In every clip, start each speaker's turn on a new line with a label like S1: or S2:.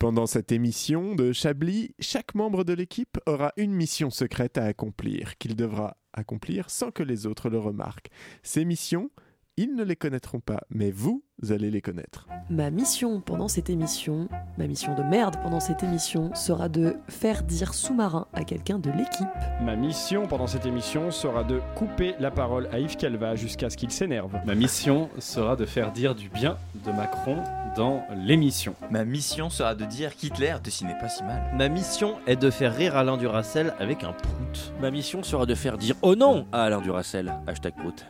S1: Pendant cette émission de Chablis, chaque membre de l'équipe aura une mission secrète à accomplir, qu'il devra accomplir sans que les autres le remarquent. Ces missions, ils ne les connaîtront pas, mais vous allez les connaître.
S2: Ma mission pendant cette émission, ma mission de merde pendant cette émission, sera de faire dire sous-marin à quelqu'un de l'équipe.
S3: Ma mission pendant cette émission sera de couper la parole à Yves Calva jusqu'à ce qu'il s'énerve.
S4: Ma mission sera de faire dire du bien de Macron dans l'émission.
S5: Ma mission sera de dire qu'Hitler dessinait pas si mal.
S6: Ma mission est de faire rire Alain Duracel avec un prout.
S7: Ma mission sera de faire dire oh non à Alain Duracel. Hashtag prout.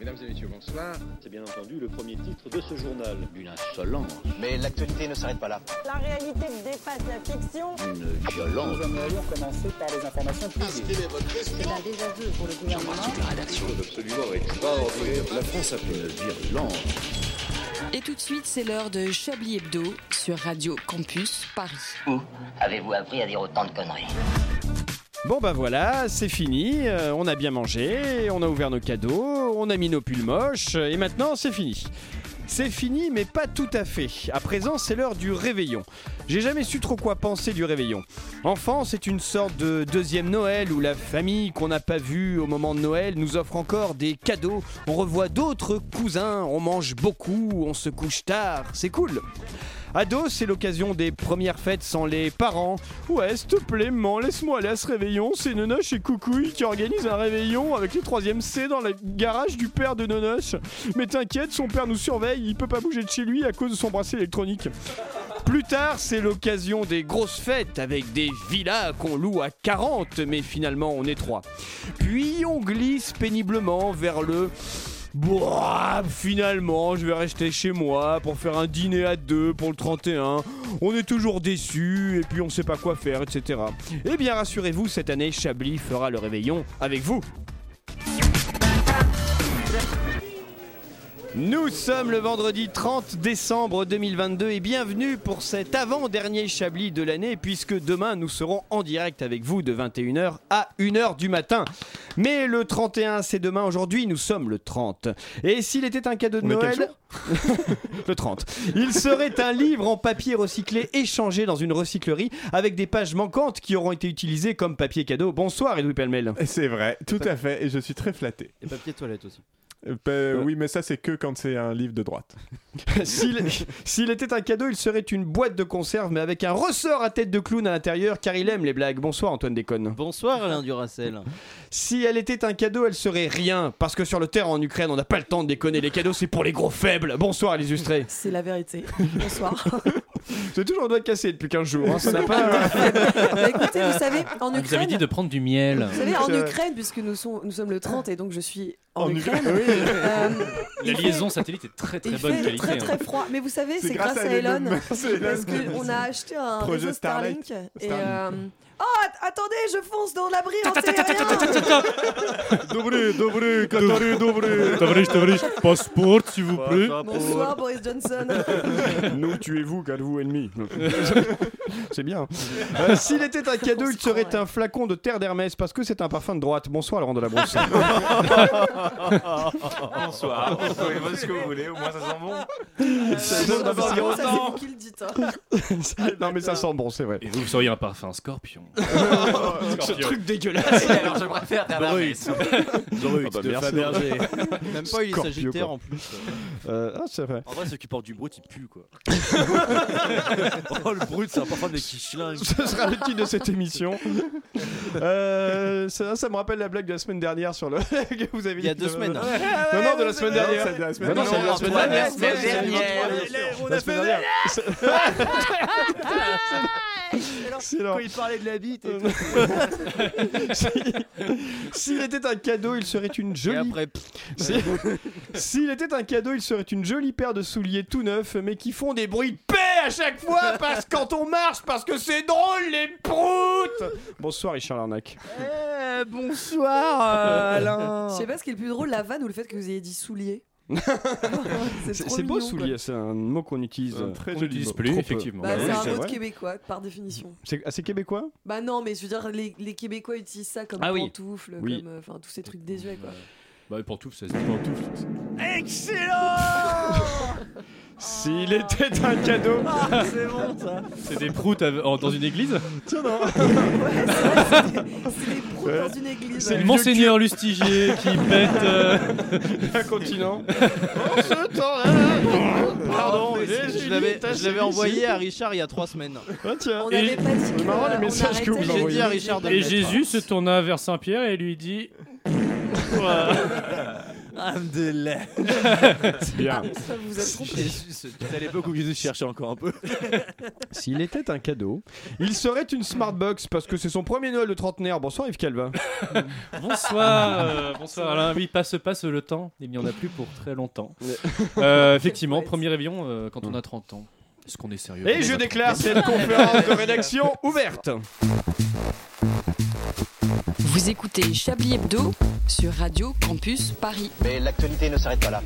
S8: Mesdames et messieurs, bonsoir.
S9: C'est bien entendu le premier titre de ce journal.
S10: Une insolence.
S11: Mais l'actualité ne s'arrête pas là.
S12: La réalité dépasse la fiction.
S10: Une violence.
S13: Nous allons commencer par les informations publiques.
S14: C'est un désaveu pour le gouvernement.
S15: la rédaction absolument extraordinaire.
S16: La France a fait une virulence.
S17: Et tout de suite, c'est l'heure de Chablis Hebdo sur Radio Campus Paris.
S18: Où avez-vous appris à dire autant de conneries
S3: Bon bah voilà, c'est fini, euh, on a bien mangé, on a ouvert nos cadeaux, on a mis nos pulls moches, et maintenant c'est fini. C'est fini, mais pas tout à fait. À présent, c'est l'heure du réveillon. J'ai jamais su trop quoi penser du réveillon. Enfant, c'est une sorte de deuxième Noël où la famille qu'on n'a pas vue au moment de Noël nous offre encore des cadeaux. On revoit d'autres cousins, on mange beaucoup, on se couche tard, c'est cool. Ado, c'est l'occasion des premières fêtes sans les parents. Ouais, s'il te plaît, man, laisse-moi aller à ce réveillon. C'est Nonoche et Coucouille qui organisent un réveillon avec les 3e C dans le garage du père de Nonoche. Mais t'inquiète, son père nous surveille, il peut pas bouger de chez lui à cause de son bracelet électronique. Plus tard, c'est l'occasion des grosses fêtes avec des villas qu'on loue à 40, mais finalement on est trois. Puis on glisse péniblement vers le. Boah, finalement, je vais rester chez moi pour faire un dîner à deux pour le 31. On est toujours déçus et puis on sait pas quoi faire, etc. Eh bien, rassurez-vous, cette année, Chablis fera le réveillon avec vous. Nous sommes le vendredi 30 décembre 2022 et bienvenue pour cet avant-dernier Chablis de l'année puisque demain nous serons en direct avec vous de 21h à 1h du matin. Mais le 31 c'est demain, aujourd'hui nous sommes le 30. Et s'il était un cadeau de
S1: On est quel
S3: Noël... le 30. Il serait un livre en papier recyclé échangé dans une recyclerie avec des pages manquantes qui auront été utilisées comme papier cadeau. Bonsoir Edoui Pelmel.
S1: C'est vrai, tout à fait, et je suis très flatté.
S6: Et papier toilette aussi.
S1: Euh, bah, Oui, mais ça, c'est que quand c'est un livre de droite.
S3: S'il s'il était un cadeau, il serait une boîte de conserve, mais avec un ressort à tête de clown à l'intérieur, car il aime les blagues. Bonsoir Antoine Déconne.
S6: Bonsoir Alain Duracel.
S3: Si elle était un cadeau, elle serait rien, parce que sur le terrain en Ukraine, on n'a pas le temps de déconner. Les cadeaux, c'est pour les gros faibles. Bonsoir l'illustré.
S2: C'est la vérité. Bonsoir.
S3: C'est toujours le doigt cassé depuis 15 jours. hein, ça n'a pas-
S2: Bah, écoutez, vous savez,
S1: Ah,
S2: en
S4: Ah, Vous avez
S2: Ukraine,
S4: dit de prendre du miel.
S2: vous savez, en
S1: C'est vrai.
S2: Ukraine, puisque nous, sont- nous sommes le 30 et donc je suis en,
S1: euh, En
S2: Ukraine,
S1: Ukraine, oui.
S2: euh,
S4: La liaison satellite est très très
S2: il
S4: bonne
S2: fait
S4: qualité.
S2: très
S4: hein.
S2: très froid. Mais vous savez,
S1: C'est
S2: c'est
S1: grâce
S2: grâce
S1: à
S2: à
S1: Elon
S2: Elon
S1: Musk, c'est Elon
S2: parce
S1: Musk.
S2: qu'on a acheté un
S1: Projet
S2: réseau Starlink,
S1: Starlink.
S2: et euh, oh att- attendez, je fonce dans l'abri. hein, c'est rien.
S1: Dobry, dobry, Katari, dobry.
S19: Passeport, s'il vous plaît.
S2: Bonsoir Boris Johnson.
S1: Nous, tuez-vous, car vous ennemi.
S3: C'est bien. Euh, S'il était un cadeau,
S2: On se
S3: il serait
S2: croirait.
S3: un flacon de terre d'Hermès parce que c'est un parfum de droite. Bonsoir Laurent de la Brosse.
S5: Bonsoir. Vous pouvez voir ce que vous voulez, au moins ça sent bon.
S2: Ça,
S3: donne
S2: ça,
S3: pas
S2: ça,
S3: envie
S2: c'est
S3: autant.
S2: vous qui le dites. hein.
S3: non mais ça sent bon, c'est vrai.
S4: Et vous seriez un parfum scorpion.
S3: Ce
S4: Scorpion.
S3: truc dégueulasse.
S5: Alors je préfère Derbarès.
S7: Ah bah,
S6: Même pas il est
S3: Scorpio,
S6: sagittaire
S3: quoi.
S6: en plus.
S3: Euh, ah, c'est vrai.
S7: En vrai, ceux qui portent du brut, ils puent quoi. oh le brut, c'est un parfum de Kishling.
S3: Ce sera le titre de cette émission. Euh, ça, ça me rappelle la blague de la semaine dernière sur le. que vous avez
S6: Il y a
S3: dit
S6: deux
S3: que-
S6: semaines.
S3: Non, non, de la semaine dernière.
S1: C'est de la semaine
S3: Non, non, c'est de la
S1: dernière.
S3: semaine dernière.
S5: Antoine, la semaine
S3: C'est la
S5: dernière.
S3: dernière. La semaine dernière. C'est là.
S6: il parlait de la bite et,
S3: S'il était un cadeau, il serait une jolie
S6: après pff,
S3: Si- S'il était un cadeau, il serait une jolie paire de souliers tout neufs, mais qui font des bruits de paix à chaque fois, parce que quand on marche, parce que c'est drôle les proutes Bonsoir Richard Larnac.
S6: bonsoir euh, Alain.
S2: Je sais pas ce qui est le plus drôle, la vanne ou le fait que vous ayez dit soulier.
S3: C'est
S2: c'est trop
S3: c'est beau
S2: mignon, quoi.
S3: soulier, c'est un mot qu'on utilise.
S7: Euh,
S1: C'est un très
S4: On
S1: joli
S4: l'utilise
S1: mot.
S4: plus,
S1: Trop peu.
S4: effectivement.
S2: Bah,
S3: Bah
S2: c'est
S3: oui,
S2: un
S3: c'est
S2: mot de
S3: vrai.
S2: québécois, par définition.
S3: C'est assez québécois
S2: Bah non, mais je veux dire, les, les Québécois utilisent ça comme
S4: Ah oui.
S2: pantoufle,
S3: Oui.
S2: comme euh, enfin tous ces trucs désuets quoi.
S4: Bah, pantoufle, ça se dit pantoufle.
S3: Excellent S'il était un cadeau.
S7: C'est bon, ça.
S4: C'est des proutes av- en- dans une église
S1: Tiens, non.
S2: C'est des proutes dans une église.
S4: C'est Monseigneur Lustiger qui pète euh,
S3: un continent.
S6: En ce temps-là Pardon, je l'avais- je l'avais envoyé à Richard il y a trois semaines.
S3: tiens.
S2: On
S3: Et-
S2: n'avait pas dit que. euh,
S3: C'est marrant, les
S2: on
S3: messages
S2: arrêtait
S3: que vous
S2: les-
S6: J'ai dit à
S2: les-
S6: Richard de
S19: Et
S6: le mettre.
S19: Jésus se tourna vers Saint Pierre et lui dit
S7: Alhamdulillah.
S1: Bien.
S2: Ça, vous êtes trompé.
S7: C'est à l'époque où Jésus cherchait encore un peu.
S3: S'il était un cadeau, il serait une Smartbox parce que c'est son premier Noël de trentenaire. Bonsoir Yves Calvin.
S19: Bonsoir,
S3: Ah,
S19: euh, bonsoir Alain. Oui, passe passe le temps. Eh Il n'y en a plus pour très longtemps. Euh, effectivement, premier réveillon euh, quand on a 30 ans. Est-ce qu'on est
S7: Ah,
S19: sérieux
S3: Et je déclare cette conférence de rédaction ouverte.
S17: Vous écoutez Chablis Hebdo sur Radio Campus Paris.
S11: Mais l'actualité ne s'arrête pas là.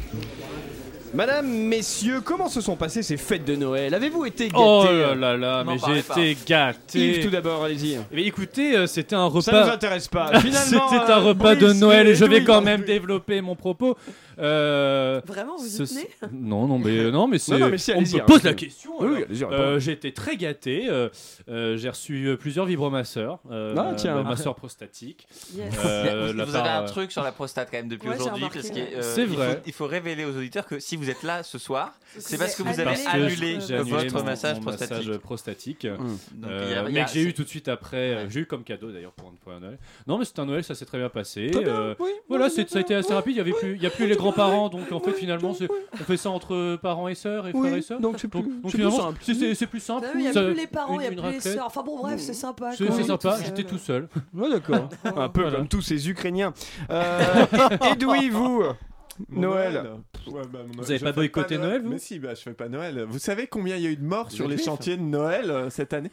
S3: Madame, messieurs, comment se sont passées ces fêtes de Noël Avez-vous été gâtés
S19: Oh là là là,
S3: N'en
S19: mais j'ai
S3: parlez pas.
S19: été
S3: Yves, tout
S19: gâté.
S3: d'abord, allez-y.
S19: Mais écoutez, euh, c'était un
S3: Ça nous
S19: repas.
S3: intéresse pas. Finalement,
S19: C'était un
S3: euh,
S19: repas de
S3: Brice
S19: Noël et je vais
S3: Louis-
S19: quand même développer mon propos. Euh,
S2: Vraiment, vous
S19: ce-
S2: y tenez
S19: Non, non, mais euh, non, mais c'est.
S3: non, mais si,
S19: on
S3: allez-y, hein.
S19: me pose la
S3: allez-y.
S19: question.
S3: Oui,
S19: alors.
S3: oui, allez-y,
S19: Euh, j'ai été très gâté. euh, euh, j'ai reçu euh, plusieurs vibromasseurs. euh,
S3: Ah, tiens.
S19: Ma soeur prostatique.
S2: Yes.
S19: Euh, la
S5: vous
S19: part,
S5: avez un
S19: euh,
S5: truc sur la prostate quand même depuis
S2: Ouais, j'ai
S5: aujourd'hui.
S2: remarqué,
S5: parce que,
S2: ouais.
S5: euh,
S19: C'est
S5: il faut-
S19: vrai.
S5: Il faut révéler aux auditeurs que si vous êtes là ce soir, c'est
S2: C'est
S5: parce que vous avez
S19: parce que
S5: annulé
S19: j'ai annulé
S5: votre
S19: mon-
S5: massage
S19: mon
S5: prostatique.
S19: massage prostatique.
S5: Donc,
S19: Euh,
S5: il y a- il y
S19: mais
S5: a-
S19: que j'ai eu
S5: c'est-
S19: tout de suite après, euh, j'ai eu comme cadeau d'ailleurs pour un, pour un Noël. Non, mais c'était un Noël, ça s'est très bien passé. euh, voilà, c'est- ça a été assez rapide. Il y avait plus, il y a plus les grands-parents, donc en fait finalement, c'est- on fait ça entre parents et sœurs et frères et sœurs.
S3: donc c'est plus-
S19: donc
S3: c'est plus
S19: finalement,
S3: simple.
S19: c'est- c'est c'est plus simple.
S2: Ah oui, Il n'y a
S19: Bah Ça-
S2: plus les parents,
S19: une-
S2: il n'y a
S19: une
S2: plus les
S19: raclette.
S2: sœurs. Enfin bon, bref, c'est sympa.
S19: C'est
S2: quoi.
S19: c'est
S2: Tout
S19: sympa.
S2: seul.
S19: J'étais tout seul.
S3: Ouais, d'accord. un peu comme tous ces Ukrainiens. Euh, et d'où vous
S1: Mon
S3: Noël.
S1: Pff, ouais, bah, mon Noël.
S19: Vous avez
S1: Je
S19: pas
S1: fais
S19: boycotté Noël, vous
S1: Mais si, bah, je fais pas Noël. Vous savez combien il y a eu de morts sur
S3: êtes
S1: les
S3: juif
S1: chantiers de Noël euh, cette année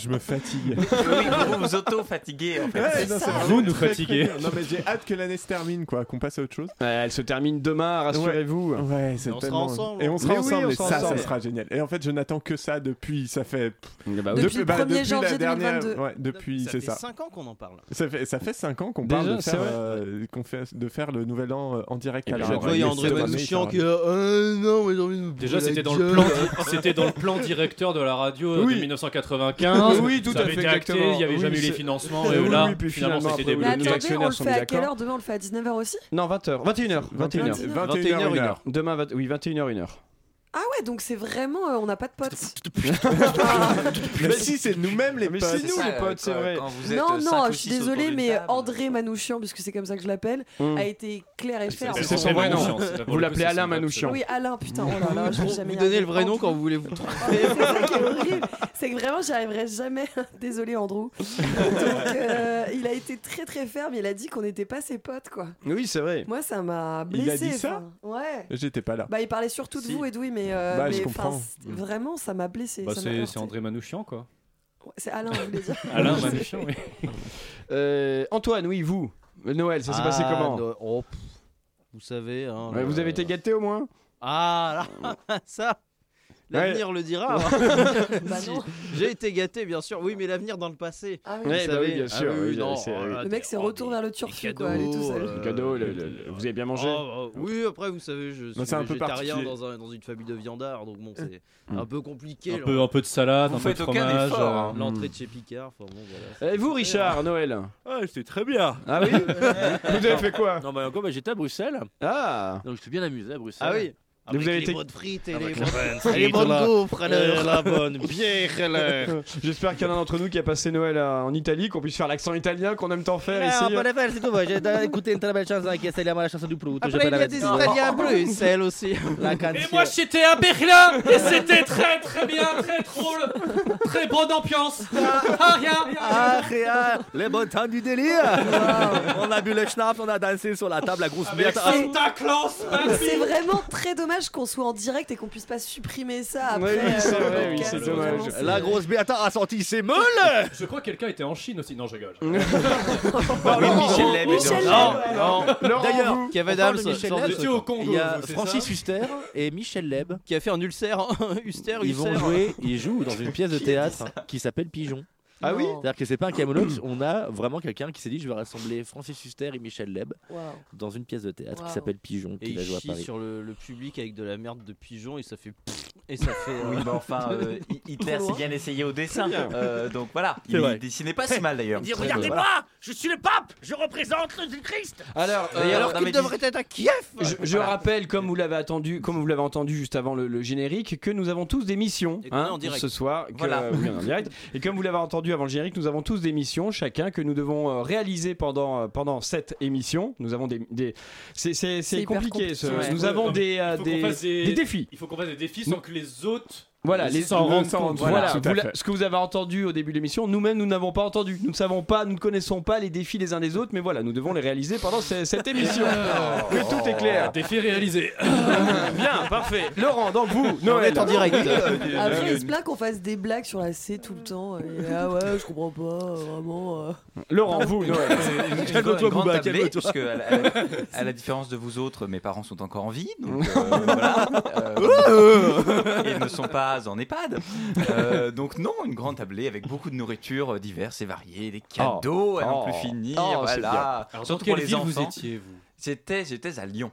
S1: Je me fatigue.
S5: Oui, vous vous auto-fatiguez en fait.
S1: Ouais, non, c'est vraiment
S19: nous
S1: très,
S19: fatiguez.
S1: très dur. Non mais j'ai hâte que l'année se termine quoi, qu'on passe à autre chose.
S3: Ouais, Elle se termine demain, rassurez-vous.
S1: Ouais, c'est
S6: Et on sera
S1: tellement-
S6: ensemble.
S1: Et on sera
S3: Mais oui,
S1: ensemble
S3: on
S1: et
S3: sera
S1: ça,
S3: ensemble.
S1: ça sera génial. Et en fait, je n'attends que ça depuis, ça fait...
S6: Ah
S3: Bah
S2: Depuis le 1er janvier 2022.
S1: Ouais, depuis,
S6: Ça
S1: c'est
S6: fait
S1: ça.
S6: 5 ans qu'on en parle.
S1: Ça fait, ça fait 5 ans qu'on
S3: Déjà,
S1: parle de
S3: c'est
S1: faire,
S3: vrai.
S1: euh, qu'on fait- de faire le nouvel an euh, en direct
S3: Et
S1: à la
S3: puis,
S6: Je
S3: on
S1: radio.
S3: va
S6: vois, il y a André
S1: Cette année,
S6: Manouchian
S1: ça-
S6: qui a euh, non, mais j'ai envie de me
S19: Déjà,
S6: brûler la
S19: c'était dans, le
S6: gueule.
S19: plan di- c'était dans le plan directeur de la radio euh,
S3: Oui. Ah
S19: de 1995.
S3: Oui, tout
S19: ça
S3: à
S19: avait
S3: fait,
S19: été acté,
S3: exactement.
S19: il n'y avait
S3: Oui,
S19: jamais eu les
S3: c'est- Eh
S19: financements. Et
S3: Oui,
S19: là,
S3: oui, puis
S19: finalement,
S3: finalement,
S19: c'était
S3: après,
S19: des
S3: oui,
S2: Mais
S3: les
S2: attendez,
S3: actionnaires
S2: on le
S3: sont
S2: fait
S3: mis
S2: à quelle
S3: d'accord.
S2: heure demain On le fait à 19h aussi
S3: Non, 20h. 21h.
S2: 21h.
S3: 21h.
S1: 21h,
S3: 21h, 1h. Demain, vingt- oui, 21h, 1h.
S2: Ah ouais, donc c'est vraiment, euh, on n'a pas de potes.
S1: Mais si, c'est nous-mêmes les
S3: Mais
S1: potes.
S3: c'est nous, les potes, c'est vrai.
S2: Non, non, je suis désolé, mais André Manouchian, puisque c'est comme ça que je l'appelle,
S3: Hmm.
S2: a été clair et ferme.
S3: c'est son vrai nom.
S19: Manouchian, c'est- pour
S3: Vous
S19: le
S3: l'appelez
S19: coup, c'est
S3: Alain
S19: son vrai
S3: Manouchian.
S2: Oui, Alain, putain, oh là là, je vais jamais
S6: Vous
S2: y
S6: donnez
S2: arriver.
S6: le vrai nom quand vous voulez vous
S2: C'est ça qui est horrible, c'est que vraiment j'y arriverai jamais. Désolé Andrew. Donc euh, il a été très très ferme, il a dit qu'on n'était pas ses potes quoi.
S3: Oui, c'est vrai.
S2: Moi ça m'a
S1: Il a
S2: blessé.
S1: dit ça
S2: Ouais.
S1: J'étais pas là.
S2: Bah il parlait surtout de
S1: Si.
S2: vous Edoui mais, euh,
S1: Bah, je
S2: mais,
S1: comprends.
S2: enfin, c'est- vraiment ça m'a blessé.
S19: Bah,
S2: ça m'a
S19: c'est
S2: heurté.
S19: c'est André Manouchian, quoi.
S2: Ouais, C'est Alain, je voulais dire.
S19: Alain Manouchian, oui.
S3: Euh, Antoine, oui, vous. Le Noël, ça s'est passé
S6: Ah,
S3: comment
S6: no- oh, pff, Vous savez. hein,
S3: Ouais, Vous
S6: euh,
S3: avez été gâté au moins
S6: Ah là, ça. L'avenir le dira.
S2: Bah non.
S6: J'ai été gâté, bien sûr. Oui, mais l'avenir dans le passé.
S2: Ah, oui.
S3: Ouais,
S6: Vous
S3: bah
S6: savez,
S3: oui, bien
S6: ah
S3: sûr,
S6: oui,
S3: oui,
S6: non,
S3: c'est-
S6: oh là
S3: oui.
S6: là,
S2: Le mec s'est
S6: oh,
S2: retourné
S6: des-
S2: vers le
S6: des
S2: turfu
S6: cadeaux,
S2: quoi, il est tout seul.
S6: euh,
S3: Le cadeau, le- le- le- vous avez bien mangé
S6: Oh, oh, oui, après, vous savez, je suis
S1: Non, c'est un peu
S6: végétarien
S1: particulier.
S6: dans, un- dans une famille de viandards, donc bon, c'est un peu compliqué.
S19: Un
S6: l'en-
S19: peu, un peu de salade,
S5: Vous
S19: un peu de
S5: faites aucun
S19: fromage.
S5: effort,
S19: euh,
S5: hein.
S6: L'entrée de chez Picard, enfin bon, voilà.
S3: Et Eh, vous, Richard, Noël
S7: Ah, c'était très bien.
S3: Ah oui Vous avez fait quoi
S7: Non, mais encore, bah, j'étais à Bruxelles.
S3: Ah
S7: Donc, je suis bien amusé à Bruxelles.
S6: Ah oui
S3: Avec avez les été-
S6: bonnes frites et
S7: Avec
S6: les,
S7: les bonnes
S6: bonnes
S7: frites, là.
S6: gaufres à l'heure.
S7: la bonne bière,
S3: J'espère qu'il y en a d'entre nous qui a passé Noël euh, en Italie, qu'on puisse faire l'accent italien qu'on aime tant faire
S6: Ah,
S3: ici.
S6: on peut les faire, c'est tout. J'ai écouté une très belle chanson qui est celle la chanson du Prout.
S7: Après, il y a des Italiens
S6: à Bruxelles aussi. Oh. La
S19: Et
S6: cantion.
S19: moi j'étais à Berlin et c'était très très bien, très drôle, très bonne ambiance. Ah, ah, rien, rien.
S7: Ah, rien Les bons temps du délire Waouh. On a bu le schnapp, on a dansé sur la table, la
S12: Ah,
S7: grosse
S19: Avec
S7: merde.
S19: Santa Claus, ma
S2: C'est
S19: fille.
S2: vraiment très dommage qu'on soit en direct et qu'on puisse pas supprimer ça après.
S3: oui, c'est
S2: euh,
S19: Ah
S2: le
S3: vrai, oui,
S2: podcast,
S3: c'est
S2: vraiment,
S3: dommage.
S2: c'est-
S7: Ah, La grosse bière a senti ses meules
S19: Je crois que quelqu'un était en Chine aussi. Non, je rigole. Ah
S5: Michel Leb est
S2: Michel
S5: dans-
S2: Leb.
S6: Non,
S3: D'ailleurs,
S6: d'ailleurs, Kev
S7: on parle
S6: Adams,
S7: de Michel
S6: sans
S7: Leb.
S6: doute,
S19: J'étais au Congo,
S6: Il y a
S19: vous, c'est
S6: Francis
S19: ça
S6: Huster et Michel Leb
S12: hein,
S6: qui a fait un ulcère, Huster,
S7: Ils vont
S6: Ulster.
S7: jouer, ils jouent dans une pièce de théâtre qui s'appelle Pigeon.
S20: Ah oui C'est-à-dire que c'est pas un monologue, on a vraiment quelqu'un qui s'est dit je vais rassembler Francis Huster et Michel Leb
S2: Wow.
S20: dans une pièce de théâtre
S12: Wow.
S20: qui s'appelle Pigeon,
S12: Et
S20: qui va
S12: il
S20: jouer à
S12: chie
S20: Paris.
S12: sur le, le public avec de la merde de pigeon et ça fait. pfff Et ça fait.
S5: Oui,
S12: euh,
S5: bah enfin, euh, Hi- Hitler
S12: Trop
S5: s'est
S12: loin.
S5: bien essayé au dessin.
S12: Bien.
S5: Euh, donc voilà,
S12: C'est
S5: il
S12: vrai.
S5: dessinait pas si mal d'ailleurs.
S12: Il dit, regardez-moi,
S21: je suis le pape, je représente le Christ.
S3: Alors,
S5: euh, D'ailleurs, alors non, qu'il mais dis- devrait
S21: être à Kiev.
S3: Je, je rappelle, comme vous l'avez attendu, comme vous l'avez entendu juste avant le, le générique, que nous avons tous des missions hein,
S12: qu'on est en direct.
S3: ce soir, que-
S12: Voilà.
S3: oui, on est en direct. Et comme vous l'avez entendu avant le générique, nous avons tous des missions, chacun que nous devons euh, réaliser pendant euh, pendant cette émission. Nous avons des, des- c'est c'est- c'est
S19: C'est hyper
S3: compliqué. ce-
S19: compliqué.
S3: Nous
S19: Ouais.
S3: avons
S19: Non,
S3: des,
S19: il
S3: euh,
S19: faut qu'on
S3: des,
S19: fasse des-
S3: des défis.
S19: Il faut qu'on fasse des défis sans que les autres
S3: Voilà, les
S19: s'en rendent
S3: le-
S19: compte.
S3: Voilà,
S19: Voilà.
S3: vous la- ce que vous avez entendu au début de l'émission, nous-mêmes nous n'avons pas entendu. Nous ne savons pas, nous ne connaissons pas les défis les uns des autres, mais voilà, nous devons les réaliser pendant ce- cette émission.
S19: Oh.
S3: que tout est clair.
S19: Défi réalisé.
S3: Euh, Bien, parfait. Laurent, donc vous, Noël.
S12: est en direct.
S2: Après, il se plaint qu'on fasse des blagues sur la C tout le temps. Et, ah ouais, je comprends pas, euh, vraiment. euh.
S3: Laurent, vous, Noël.
S5: Une grande- une grande tablée, puisque à, la- à la- à la différence de vous autres, mes parents sont encore en vie, donc euh, voilà, euh, ils ne sont pas en EHPAD. Euh, donc non, une grande tablée avec beaucoup de nourriture euh, diverse et variée, des cadeaux à n'en
S19: Oh.
S5: plus finir.
S19: Oh, c'est bien.
S5: voilà.
S19: Alors,
S5: Surtout
S19: dans
S5: pour
S19: quelle
S5: les
S19: ville
S5: enfants.
S19: vous étiez, vous
S5: J'étais, j'étais à Lyon.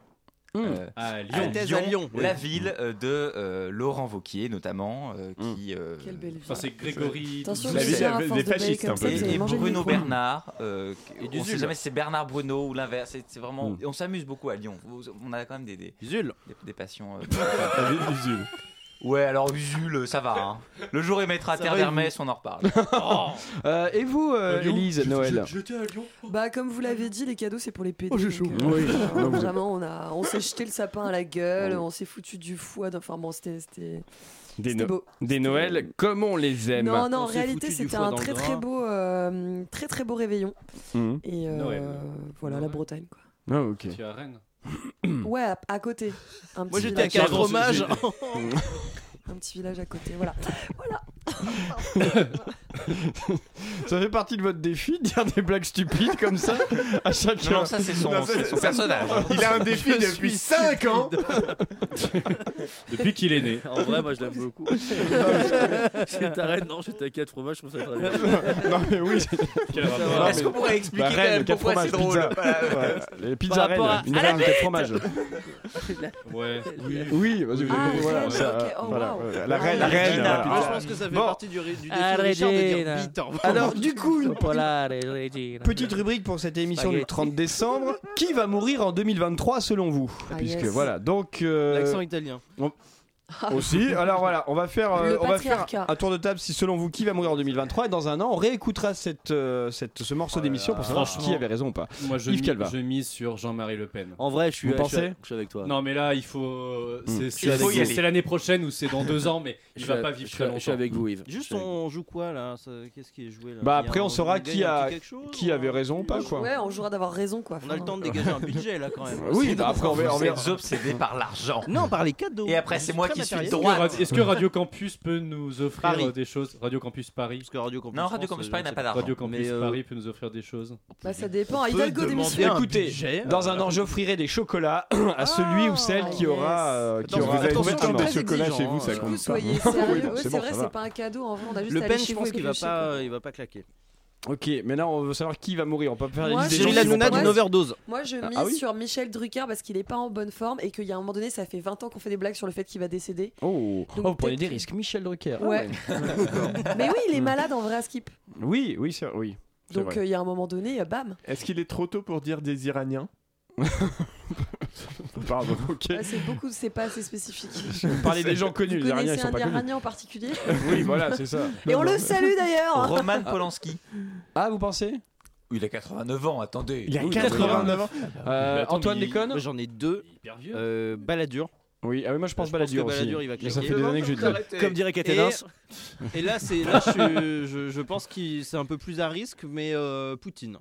S5: Euh,
S19: à Lyon.
S12: J'étais à Lyon, oui.
S5: la ville euh, de euh, Laurent Vauquier notamment, euh, qui. euh,
S2: Quelle belle
S19: Enfin, c'est Grégory.
S2: Attention,
S19: La
S2: je
S19: ville
S2: sais, à
S19: des
S2: force de
S19: fascistes,
S2: bailler comme
S19: un peu.
S2: ça, vous
S5: et,
S2: allez
S5: et
S2: manger le
S5: Bruno
S2: micro.
S5: Bernard. euh,
S12: Et du
S5: on sait
S12: Zul.
S5: jamais si c'est Bernard Bruno ou l'inverse. C'est c'est vraiment,
S12: Mm.
S5: on s'amuse beaucoup à Lyon. Vous- On a quand même des des, des, des passions. euh, ouais, alors Usul, ça va. hein. Le jour où il mettra à
S12: Ça
S5: terre
S12: va, et
S5: d'Hermès, on en reparle.
S3: Euh, et vous, euh, Élise, Noël
S19: J'étais à Lyon.
S2: Bah, comme vous l'avez dit, les cadeaux, c'est pour les pédés. donc, euh,
S3: Oh, Oui.
S2: euh,
S3: Non, vous-
S2: Vraiment, on, a, on s'est jeté le sapin à la gueule, on s'est foutu du foie. d'un- Enfin, bon, c'était. c'était-
S3: Des,
S2: C'était
S3: No-
S2: beau.
S3: des Noëls comme on les aime.
S2: Non, non, en réalité, c'était un très très beau, euh, très très beau réveillon.
S3: Mhm.
S2: Et euh,
S3: Noël. Mmh.
S2: voilà, la Bretagne. quoi.
S3: Ah, ok.
S19: Tu es à Rennes.
S2: Ouais, à, à côté. Un
S12: Moi,
S2: petit
S12: j'étais à
S2: village.
S12: Quatre Fromages.
S2: un petit village à côté, voilà. voilà.
S3: Ça fait partie de votre défi de dire des blagues stupides comme ça à chacun.
S5: Non, non, ça, c'est son- Non, ça, c'est son c'est- personnage.
S1: Il a un défi
S3: Je
S1: depuis
S3: suis
S1: 5 ans.
S19: Depuis qu'il est né.
S20: En vrai, moi je l'aime beaucoup. Non, mais je- je t'arrête, non, j'étais à 4 fromages, je trouve ça très bien.
S3: Non, mais oui.
S20: Quel rapport.
S5: Est-ce qu'on pourrait expliquer
S3: Bah,
S5: quand
S3: Rennes,
S5: même
S3: quatre
S5: pourquoi c'est
S3: fromages,
S5: drôle
S3: pizza.
S5: Voilà.
S3: Ouais, Les pizzas
S12: rapport
S3: Rennes,
S12: à-
S3: une
S12: à la
S3: Rennes, quatre
S12: bête.
S3: fromages.
S19: Ouais. Oui.
S3: Oui, vas-y, vous avez
S12: Ah,
S3: compris, voilà,
S12: ok,
S3: ça,
S12: ok, oh,
S3: voilà,
S12: wow.
S3: voilà,
S2: Ah,
S3: la reine, la reine.
S12: Regina,
S3: voilà.
S12: Je pense que ça fait
S3: Bon.
S12: partie du, ré- du défi de
S3: Arrête,
S12: Richard de dire
S3: Regina.
S12: bite en vrai.
S3: Alors, du coup, une petite rubrique pour cette émission du
S12: Spaghetti.
S3: 30 décembre. Qui va mourir en 2023 selon vous
S12: Ah,
S3: Puisque
S12: yes.
S3: voilà, donc. euh,
S12: L'accent italien.
S3: on-
S2: Ah.
S3: Aussi, alors voilà, on va faire, euh,
S12: Le
S3: on va faire
S12: patriarcat.
S3: un tour de table si selon vous qui va mourir en 2023 et dans un an on réécoutera cette, euh, cette, ce morceau d'émission pour savoir
S19: Franchement,
S3: qui avait raison ou pas.
S19: Moi, je,
S3: Yves
S19: mi-
S3: Calva.
S19: je mise sur Jean-Marie Le Pen.
S20: En vrai, je suis,
S3: Vous
S20: je suis-
S3: pensez
S20: je suis avec toi.
S19: Non, mais là, il faut.
S3: Mm.
S19: c'est-
S20: Je suis avec
S19: C'est
S20: vous.
S19: c'est l'année prochaine ou c'est dans deux ans, mais il
S20: Hmm. Je
S19: va
S20: suis-
S19: pas vivre
S20: je
S19: très
S20: suis-
S19: longtemps.
S20: je suis avec vous, Yves.
S12: Juste, on joue quoi là Ça- Qu'est-ce qui est joué là
S3: Bah
S12: Il y
S3: après
S12: un-
S3: on saura
S12: gagne
S3: qui
S12: un
S3: a
S12: petit quelque chose
S3: qui avait raison ou pas quoi.
S2: Ouais, on jouera d'avoir raison, quoi.
S12: On a le temps de dégager un budget là quand même.
S3: Oui, bah, après on verra. on
S5: Vous
S3: verra.
S5: êtes obsédés par l'argent.
S12: Non, par les cadeaux. Bah,
S5: Et après, c'est moi
S12: très
S5: qui suis
S12: matérialiste.
S19: Est-ce que
S5: droit.
S19: Radio- Est-ce que Radio Campus peut nous offrir
S12: Paris.
S19: euh, des choses Radio Campus Paris
S12: Parce que Radio Campus
S5: Non, Radio
S12: France,
S5: Campus
S12: euh,
S5: Paris n'a
S12: c'est-
S5: pas
S6: Ah,
S5: d'argent.
S19: Radio Campus
S12: Mais, euh,
S19: Paris peut nous offrir des choses.
S2: Bah, ça dépend.
S12: peut
S2: Hidalgo
S12: demander
S2: démission.
S12: un
S3: Écoutez,
S12: budget,
S3: dans un
S12: euh,
S3: an j'offrirai des chocolats à celui ou celle
S2: Oh,
S3: qui aura euh, qui
S1: Attends,
S3: aura
S1: vous avez
S3: trouvé
S1: trouvé
S3: un
S1: un
S3: an.
S1: des chocolats chez vous, ça
S2: Du coup,
S1: compte pas.
S2: soyez
S3: Oui,
S2: sérieux.
S3: non,
S2: Ouais,
S3: c'est
S2: c'est
S3: bon,
S2: vrai,
S3: ça
S2: c'est
S3: va.
S2: pas un cadeau. En vrai, on a juste
S12: Le
S2: à
S12: Pen,
S3: Ben
S2: aller chez
S12: je
S2: vous
S12: pense
S2: et
S12: qu'il va
S2: piocher,
S12: pas,
S2: quoi.
S12: euh, il va pas claquer.
S3: Ok, maintenant on veut savoir qui va mourir. On peut faire
S2: Moi,
S3: la liste des
S2: Cyril
S3: gens qui
S2: Hanouna
S3: sont pas
S2: d'une
S3: morts.
S12: overdose.
S2: Moi, je
S3: Ah,
S2: mise
S3: ah oui
S2: sur Michel Drucker parce qu'il est pas en bonne forme et qu'il y a un moment donné, ça fait 20 ans qu'on fait des blagues sur le fait qu'il va décéder.
S3: Oh,
S2: Donc,
S3: oh, vous prenez des
S2: peut-être-
S3: risques, Michel Drucker. Ah
S2: Ouais. Mais oui, il est malade en vrai à Skip.
S3: Oui, oui, c'est oui. c'est
S2: Donc, euh,
S3: vrai.
S2: il y a un moment donné, euh, bam.
S1: Est-ce qu'il est trop tôt pour dire des Iraniens Pardon.
S3: Ok.
S2: Ah, C'est beaucoup, c'est pas assez spécifique.
S3: Vous parlez des gens connus,
S2: Vous
S3: les Iraniens ils
S2: connaissez
S3: sont
S2: un
S3: pas connus.
S2: Iranien en particulier
S3: Oui, voilà, c'est ça.
S2: Et on le salue d'ailleurs. hein.
S5: Roman Polanski.
S3: Ah, vous pensez
S5: Il a 89 ans, attendez.
S3: Il a
S5: Oui,
S3: 89 ans. Euh,
S12: Mais attends,
S3: Antoine
S12: mais il-
S3: Déconne
S12: moi, J'en ai deux.
S19: vieux.
S12: Euh, Balladur.
S3: Oui, ah oui, moi je pense
S12: Je pense
S3: Balladur
S12: que
S3: aussi.
S12: Balladur, il va
S3: ça
S12: claquer.
S3: fait des années que je le dis.
S20: Comme dirait Caténas.
S12: Et, et là, c'est là, je, je, je pense que c'est un peu plus à risque, mais euh, Poutine.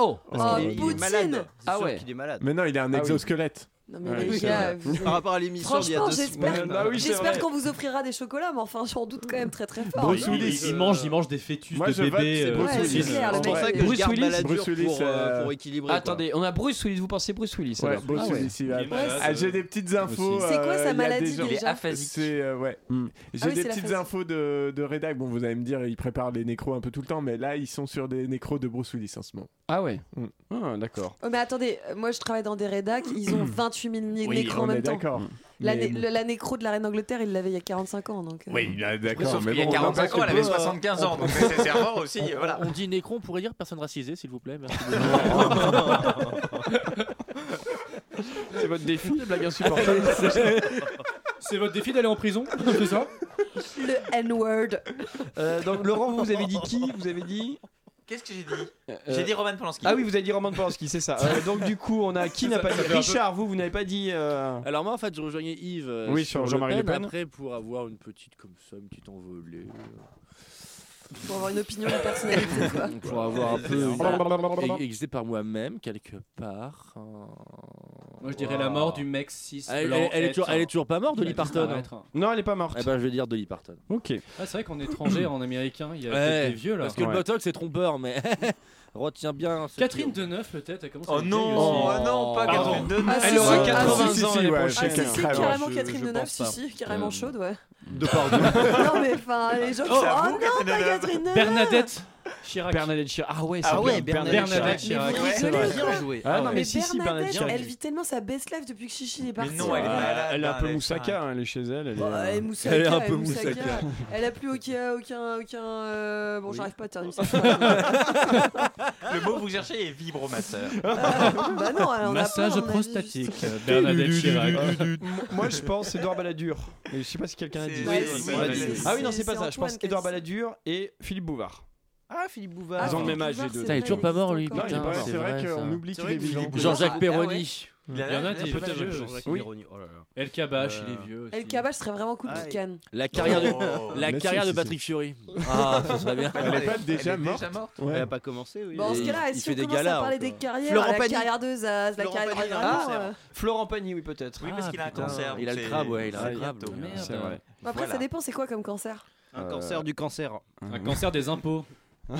S3: Oh,
S12: Parce qu'il est- il est
S2: Poutine
S12: malade. C'est
S3: Ah
S12: sûr
S3: ouais.
S12: qu'il est malade.
S1: Mais non, il a un
S3: Ah oui.
S1: exosquelette.
S2: Non mais
S3: Ouais,
S2: les
S3: c'est
S2: gars,
S3: vrai.
S2: vous êtes-
S3: Par rapport à l'émission d'il y a
S2: Franchement,
S3: deux
S2: j'espère-
S3: semaines. Bah oui, c'est
S2: J'espère
S3: vrai.
S2: qu'on vous offrira des chocolats, mais enfin, j'en doute quand même très très fort.
S19: Bruce Willis. Il, mange, il mange des fœtus
S3: Moi,
S19: de
S3: je vote,
S19: bébés. euh,
S3: c'est Bruce
S2: Ouais, Willis. c'est clair, le
S3: C'est pour
S2: mec,
S3: ça
S2: il
S3: que
S2: est-
S3: je garde
S2: Bruce
S3: Balladur
S1: Bruce Willis,
S3: pour, euh,
S1: euh,
S3: pour équilibrer.
S1: Attendez,
S3: on a Bruce Willis. Vous pensez Bruce Willis Ah
S1: Ouais, Bruce Willis, il va- Ah, j'ai des petites infos.
S2: C'est quoi
S1: euh,
S2: sa
S1: il y a
S2: maladie
S1: des gens-
S2: déjà Il est aphasique.
S1: C'est euh, ouais.
S3: Hmm.
S1: J'ai
S2: Ah oui,
S1: des
S2: c'est
S1: petites
S2: l'aphasie.
S1: infos de, de rédac. Bon, vous allez me dire, ils préparent les nécros un peu tout le temps, mais là, ils sont sur des nécros de Bruce Willis en ce moment.
S3: Ah ouais. D'accord.
S2: Oh, mais attendez, euh, moi je travaille dans des rédacs, ils ont 28 000 né-
S1: Oui,
S2: nécros
S1: on
S2: en même
S1: est
S2: temps.
S1: d'accord.
S3: Mm.
S2: La,
S1: Mais
S2: né-
S1: bon.
S2: le- la nécro de la reine d'Angleterre, il l'avait il y a 45 ans. Donc, euh.
S1: Oui, Ah, il a- d'accord.
S5: Sauf
S1: mais
S5: qu'il y a
S1: bon,
S5: 45 ans,
S1: n'empêche
S5: elle avait
S1: que-
S5: 75 ans,
S1: on-
S5: donc c'est serveur aussi. euh,
S22: On-
S5: voilà.
S22: On dit nécron, on pourrait dire personne racisée, s'il vous plaît. Merci
S3: C'est votre défi, les blagues insupportables.
S19: C'est votre défi d'aller en prison, c'est ça
S2: Le N-word.
S3: Euh, donc Laurent, vous avez dit qui Vous avez dit
S5: Qu'est-ce que j'ai dit
S3: Euh,
S5: J'ai dit Roman Polanski.
S3: Ah oui, vous avez dit Roman Polanski, c'est ça. Euh, donc du coup, on a qui n'a pas dit Richard Vous, vous n'avez pas dit. euh,
S22: Alors moi, en fait, je rejoignais Yves euh,
S3: Oui, sur
S22: sur
S3: Jean-Marie Le Pen.
S22: après pour avoir une petite comme ça, une petite envolée. euh,
S2: Pour avoir une opinion, une personnalité, quoi.
S22: pour avoir un
S3: Euh,
S22: peu
S3: Blablabla.
S22: une- existé par moi-même quelque part.
S19: Moi, je dirais la mort du mec cis
S22: Elle,
S19: blanc,
S22: elle- elle est toujours,
S19: être un-
S22: elle est toujours pas morte,
S19: qui va
S22: Dolly Parton.
S12: hein.
S22: hein.
S19: disparaître.
S3: Non, elle est pas morte.
S22: Eh ben, je vais dire Dolly Parton.
S3: Ok.
S19: Ah, c'est vrai qu'on est étranger en américain, il y a
S22: Ouais,
S19: peut-être des vieux là.
S22: Parce que le botox c'est trompeur, mais retiens bien. ce
S19: Catherine
S22: truc.
S19: Deneuve, peut-être, elle commence à
S22: Oh
S19: être
S22: non,
S19: vieille aussi.
S22: oh non, pas
S19: Pardon.
S22: Catherine Deneuve.
S2: Ah, si,
S3: Elle aura
S2: si, ah,
S3: 80
S2: si, si,
S3: ans
S2: si,
S3: l'année
S2: ouais, Ah,
S3: prochaine.
S2: si, si,
S3: Ah,
S2: carrément
S3: je-
S2: Catherine
S3: je
S2: Deneuve,
S3: pense
S2: si,
S3: pas.
S2: si, carrément
S3: Euh,
S2: chaude, ouais.
S3: De pardon.
S2: non, mais enfin, les gens qui
S3: Oh,
S2: sont,
S3: j'avoue,
S2: Oh non, pas Catherine Deneuve
S3: Bernadette Chirac. Bernadette Chirac. Ah ouais, c'est Ah ouais, bien, Bernadette Chirac. Chirac. Mais vous C'est vrai. rigolez ou quoi Bien joué. Ah
S2: non,
S3: ouais.
S2: mais
S3: Mais si, si, Bernadette
S2: Bernadette,
S3: Chirac.
S2: elle vit tellement sa best life depuis que Chichi est parti.
S3: Ah,
S2: malade,
S3: Elle est un peu
S2: Bernadette
S3: moussaka, hein, elle est chez elle. Elle est,
S2: Bon, elle est Moussaka,
S3: elle est un peu
S2: Moussaka.
S3: moussaka.
S2: Elle a plus aucun. aucun, aucun euh, Bon, j'arrive pas à terminer ça.
S5: Le mot que vous cherchez est vibromasseur.
S2: bah non, elle en a
S19: Massage
S2: plein, on a
S19: prostatique, euh, Bernadette Chirac.
S3: Moi, je pense Edouard Balladur. Et je sais pas si quelqu'un a dit.
S5: C'est- Ouais, c'est- c'est-
S3: On l'a dit.
S5: c'est-
S3: Ah oui, non, c'est
S5: c'est
S3: pas ça. Je
S5: Antoine
S3: pense Edouard Balladur et Philippe Bouvard.
S23: Ah, Philippe Bouvard.
S3: Ils ont le même âge, les deux.
S22: Putain, il est toujours pas mort lui.
S3: Non, il est
S22: putain,
S3: pas mort. C'est vrai
S22: ça.
S3: qu'on oublie
S22: C'est
S3: qu'il
S22: vrai
S3: est
S22: que Philippe
S3: vivant.
S22: Bouvard- Jean-Jacques
S3: Ah,
S22: Perroni.
S3: ouais.
S22: Il y en a qui est
S19: peut-être
S22: vieux,
S19: vieux
S22: Jean-Jacques
S19: aussi.
S22: Perroni. Oh là là.
S19: El Kabash,
S22: Euh,
S19: il est vieux.
S2: El Kabach serait vraiment coup de canne.
S22: La carrière de,
S19: Oh.
S22: la
S19: Mais si,
S22: carrière
S19: si,
S22: de
S19: si.
S22: Patrick Fiori. Ah, ce serait bien.
S1: Elle est pas déjà
S22: Elle est
S1: morte.
S22: déjà morte.
S1: Ouais.
S23: Elle a pas commencé, oui.
S2: Bon, en ce
S23: Et
S2: cas-là,
S23: il- il
S2: si
S23: fait
S2: on
S23: des
S2: commence
S23: galas,
S2: à parler
S23: encore.
S2: des carrières,
S23: Florent
S2: la
S23: Pagny.
S2: carrière de Zaz, la
S23: Florent
S2: carrière
S23: Pagny, ah, il a un
S2: vraiment,
S23: cancer.
S2: euh,
S3: Florent Pagny, oui, peut-être.
S5: Oui, parce qu'il Ah, a un
S3: putain.
S5: cancer,
S3: Il a le
S5: c'est-
S3: crabe, ouais, il a
S5: c'est
S3: un crabe.
S5: exact,
S3: ouais,
S5: merde.
S3: C'est vrai. Euh,
S2: Après,
S5: Voilà.
S2: ça dépend, c'est quoi comme cancer
S23: Un cancer du cancer.
S19: Un cancer des impôts.
S3: Oh,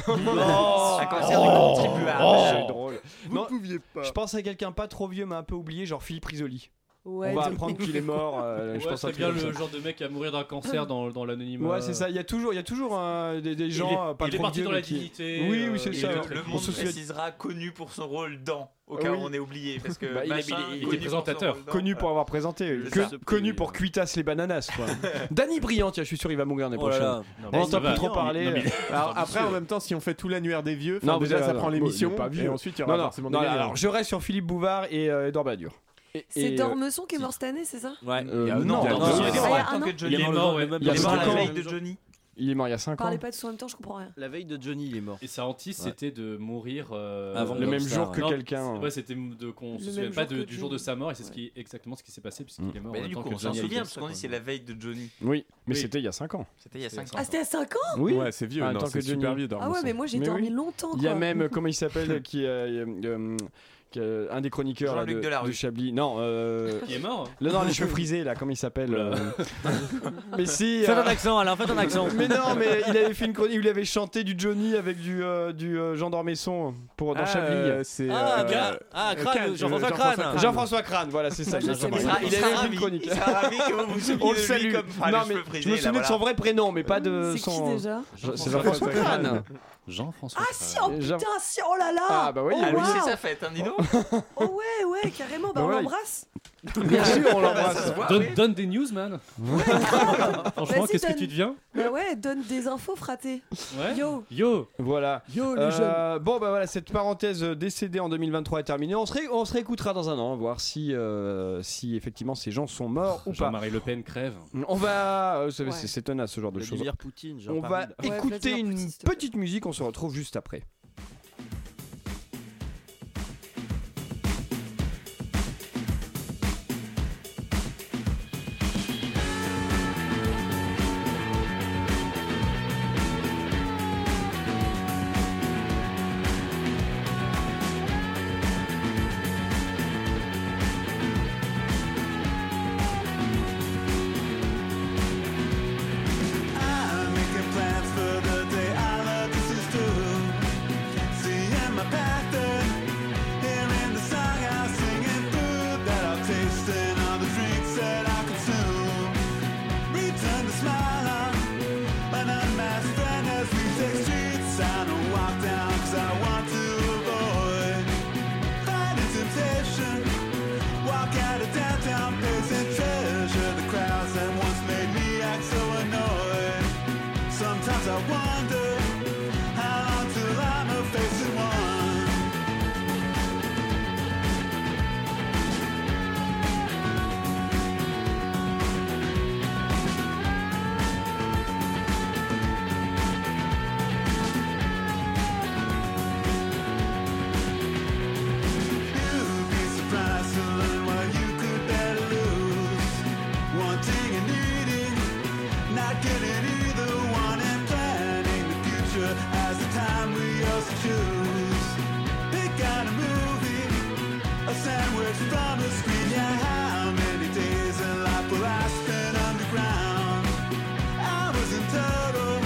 S5: Un cancer du contribuable.
S3: C'est drôle.
S23: Vous ne pouviez pas.
S3: oh, Je pense à quelqu'un pas trop vieux, mais un peu oublié, genre Philippe Risoli.
S2: Ouais,
S3: On va
S2: de
S3: apprendre
S2: ouf.
S3: qu'il est mort. euh, je
S19: Ouais,
S3: pense à un
S19: c'est
S3: truc
S19: bien
S3: comme
S19: le
S3: ça.
S19: genre de mec à mourir d'un cancer dans, dans l'anonymat.
S3: Ouais, c'est ça. Il y a toujours, il y a toujours euh, des, des
S19: Il
S3: gens
S19: est-
S3: euh, pas
S19: il est
S3: trop
S19: parti
S3: vieux,
S19: dans la
S3: mais qui-
S19: dignité,
S3: Oui,
S19: euh,
S3: oui, c'est
S5: Et
S3: ça.
S5: le, le
S3: On
S5: monde
S3: se souvient-
S5: précisera connu pour son rôle dans, au cas
S3: Oui.
S5: où on est oublié, parce que
S3: Bah, il est-
S5: machin,
S3: il est- il est
S5: connu pour son
S3: présentateur.
S5: rôle dans. euh,
S3: Connu pour avoir présenté,
S5: C'est
S3: que-
S5: ça.
S3: connu pour Cuitas les bananas. quoi. Danny Briand, tiens, je suis sûr il va mourir l'année
S1: Oh là
S3: prochaine.
S1: là. Non, mais
S3: On
S1: ça
S3: entend
S1: va.
S3: plus trop parler.
S1: Non, mais- Alors, après, en même temps, si on fait tout l'annuaire des vieux, enfin, déjà ça prend l'émission, et ensuite il y aura
S3: non, non,
S1: forcément
S3: non,
S1: des
S3: alors,
S1: gagnants.
S3: Alors, je reste sur Philippe Bouvard et euh, Edouard Balladur. Et-
S2: C'est
S23: euh,
S3: et,
S2: Dormesson qui est mort cette année, c'est ça
S3: Ouais,
S5: Il y a-
S3: Euh, non,
S5: non,
S3: non,
S5: non,
S3: non,
S5: il est
S3: non.
S5: mort
S3: Ah,
S5: en même temps
S2: un
S5: que Johnny.
S3: an. Il est mort, ouais.
S5: Il est mort
S3: Il y a
S5: la
S3: cinq
S5: veille
S3: ans.
S5: de Johnny.
S3: Il est mort il y a 5 ans.
S2: Parlez pas de soi en même temps, je comprends rien.
S23: La veille de Johnny, il est mort.
S19: Et sa hantise,
S23: Ouais.
S19: c'était de mourir euh,
S3: Avant Ah, Le même Rockstar, jour que
S19: Non,
S3: quelqu'un.
S19: c'est- Ouais, c'était de qu'on
S5: Le
S19: se
S5: même
S19: souvienne pas
S5: jour
S19: de-
S5: que
S19: du jour de
S5: Johnny.
S19: sa mort, et c'est ce qui, exactement ce qui s'est passé, puisqu'il
S3: Mm.
S19: est mort.
S5: Mais
S19: en
S5: du
S19: même
S5: coup,
S19: temps
S5: on
S19: que
S5: s'en
S19: Johnny
S5: souvient,
S19: Hallyday,
S5: parce qu'on dit c'est la veille de Johnny.
S3: Oui, mais
S19: Oui.
S3: c'était il y a 5 ans.
S5: C'était il y a 5 ans.
S2: Ah, c'était à 5 ans
S3: Oui.
S1: Ouais, c'est vieux,
S3: Ah,
S1: non,
S3: tant
S1: c'est
S3: que Johnny.
S1: super vieux
S2: Ah ouais,
S1: Dormesson.
S2: mais moi j'ai
S3: Mais
S2: dormi
S3: oui.
S2: longtemps.
S3: Il y a
S2: quoi.
S3: même, euh, comment il s'appelle, qui, euh, euh, euh, qui, euh, un des chroniqueurs là,
S19: Jean-Luc
S3: de,
S19: Delarue.
S3: de Chablis. Non, euh,
S19: Qui est mort
S3: le- non, les cheveux frisés, là, comment il s'appelle euh, Mais si.
S22: Fais
S3: euh,
S22: ton accent, Alain, fais ton accent.
S3: Mais non, mais il avait fait une chronique où il avait chanté du Johnny avec du, euh, du euh, Jean Dormesson pour, dans
S1: Ah,
S3: Chablis.
S1: euh, c'est,
S22: Ah,
S8: bah,
S1: euh,
S22: Gra- ah,
S1: euh,
S22: Crane,
S1: Crane,
S22: Jean-François
S1: euh,
S22: Crane.
S3: Jean-François Crane, voilà, c'est ça.
S22: Je sais,
S3: exactement.
S22: mais il sera-
S3: Il
S22: il
S3: avait
S22: sera
S3: fait
S22: ravi,
S3: une chronique.
S5: il sera ravi que vous vous souveniez
S3: On le
S5: de lui
S3: salue.
S5: comme- enfin,
S3: non,
S5: le
S3: mais
S5: cheveu frisé,
S3: je me
S5: là,
S3: souviens de
S5: voilà.
S3: son vrai prénom, mais pas de
S2: C'est qui
S3: son.
S2: déjà
S3: Je- C'est Jean-François Crane.
S19: Jean-François.
S2: Ah si, oh
S3: Jean-
S2: putain, si, oh là là
S3: Ah, bah oui,
S2: oh,
S5: Ah oui,
S2: waouh.
S5: c'est sa fête, hein, dis donc.
S2: Oh ouais, ouais, carrément, bah
S3: Bah
S2: on
S3: ouais.
S2: l'embrasse
S3: Bien sûr, on
S5: Ça
S3: l'embrasse.
S5: se voit,
S19: Donne,
S5: oui.
S19: donne des news, man Franchement,
S2: Vas-y,
S19: qu'est-ce
S2: donne.
S19: que tu deviens
S2: Bah ouais, donne des infos, fraté
S19: Ouais.
S2: Yo
S19: Yo
S3: Voilà.
S2: Yo,
S3: Euh, bon, bah voilà, cette parenthèse euh, décédée en 2023 est terminée. On se, ré- on se réécoutera dans un an, hein, voir si, euh, si effectivement ces gens sont morts ou pas.
S19: Jean-Marie Le Pen crève.
S3: On va. euh, c'est-
S2: Ouais.
S3: c'est- C'est tenace ce genre de choses.
S23: Vladimir Poutine,
S3: On va
S23: Jean-Paul.
S2: Ouais,
S3: écouter
S2: Vladimir
S3: une
S2: Poutine, s'il te plaît.
S3: petite musique, on se retrouve juste après.
S24: Thank
S9: busted underground. I was entitled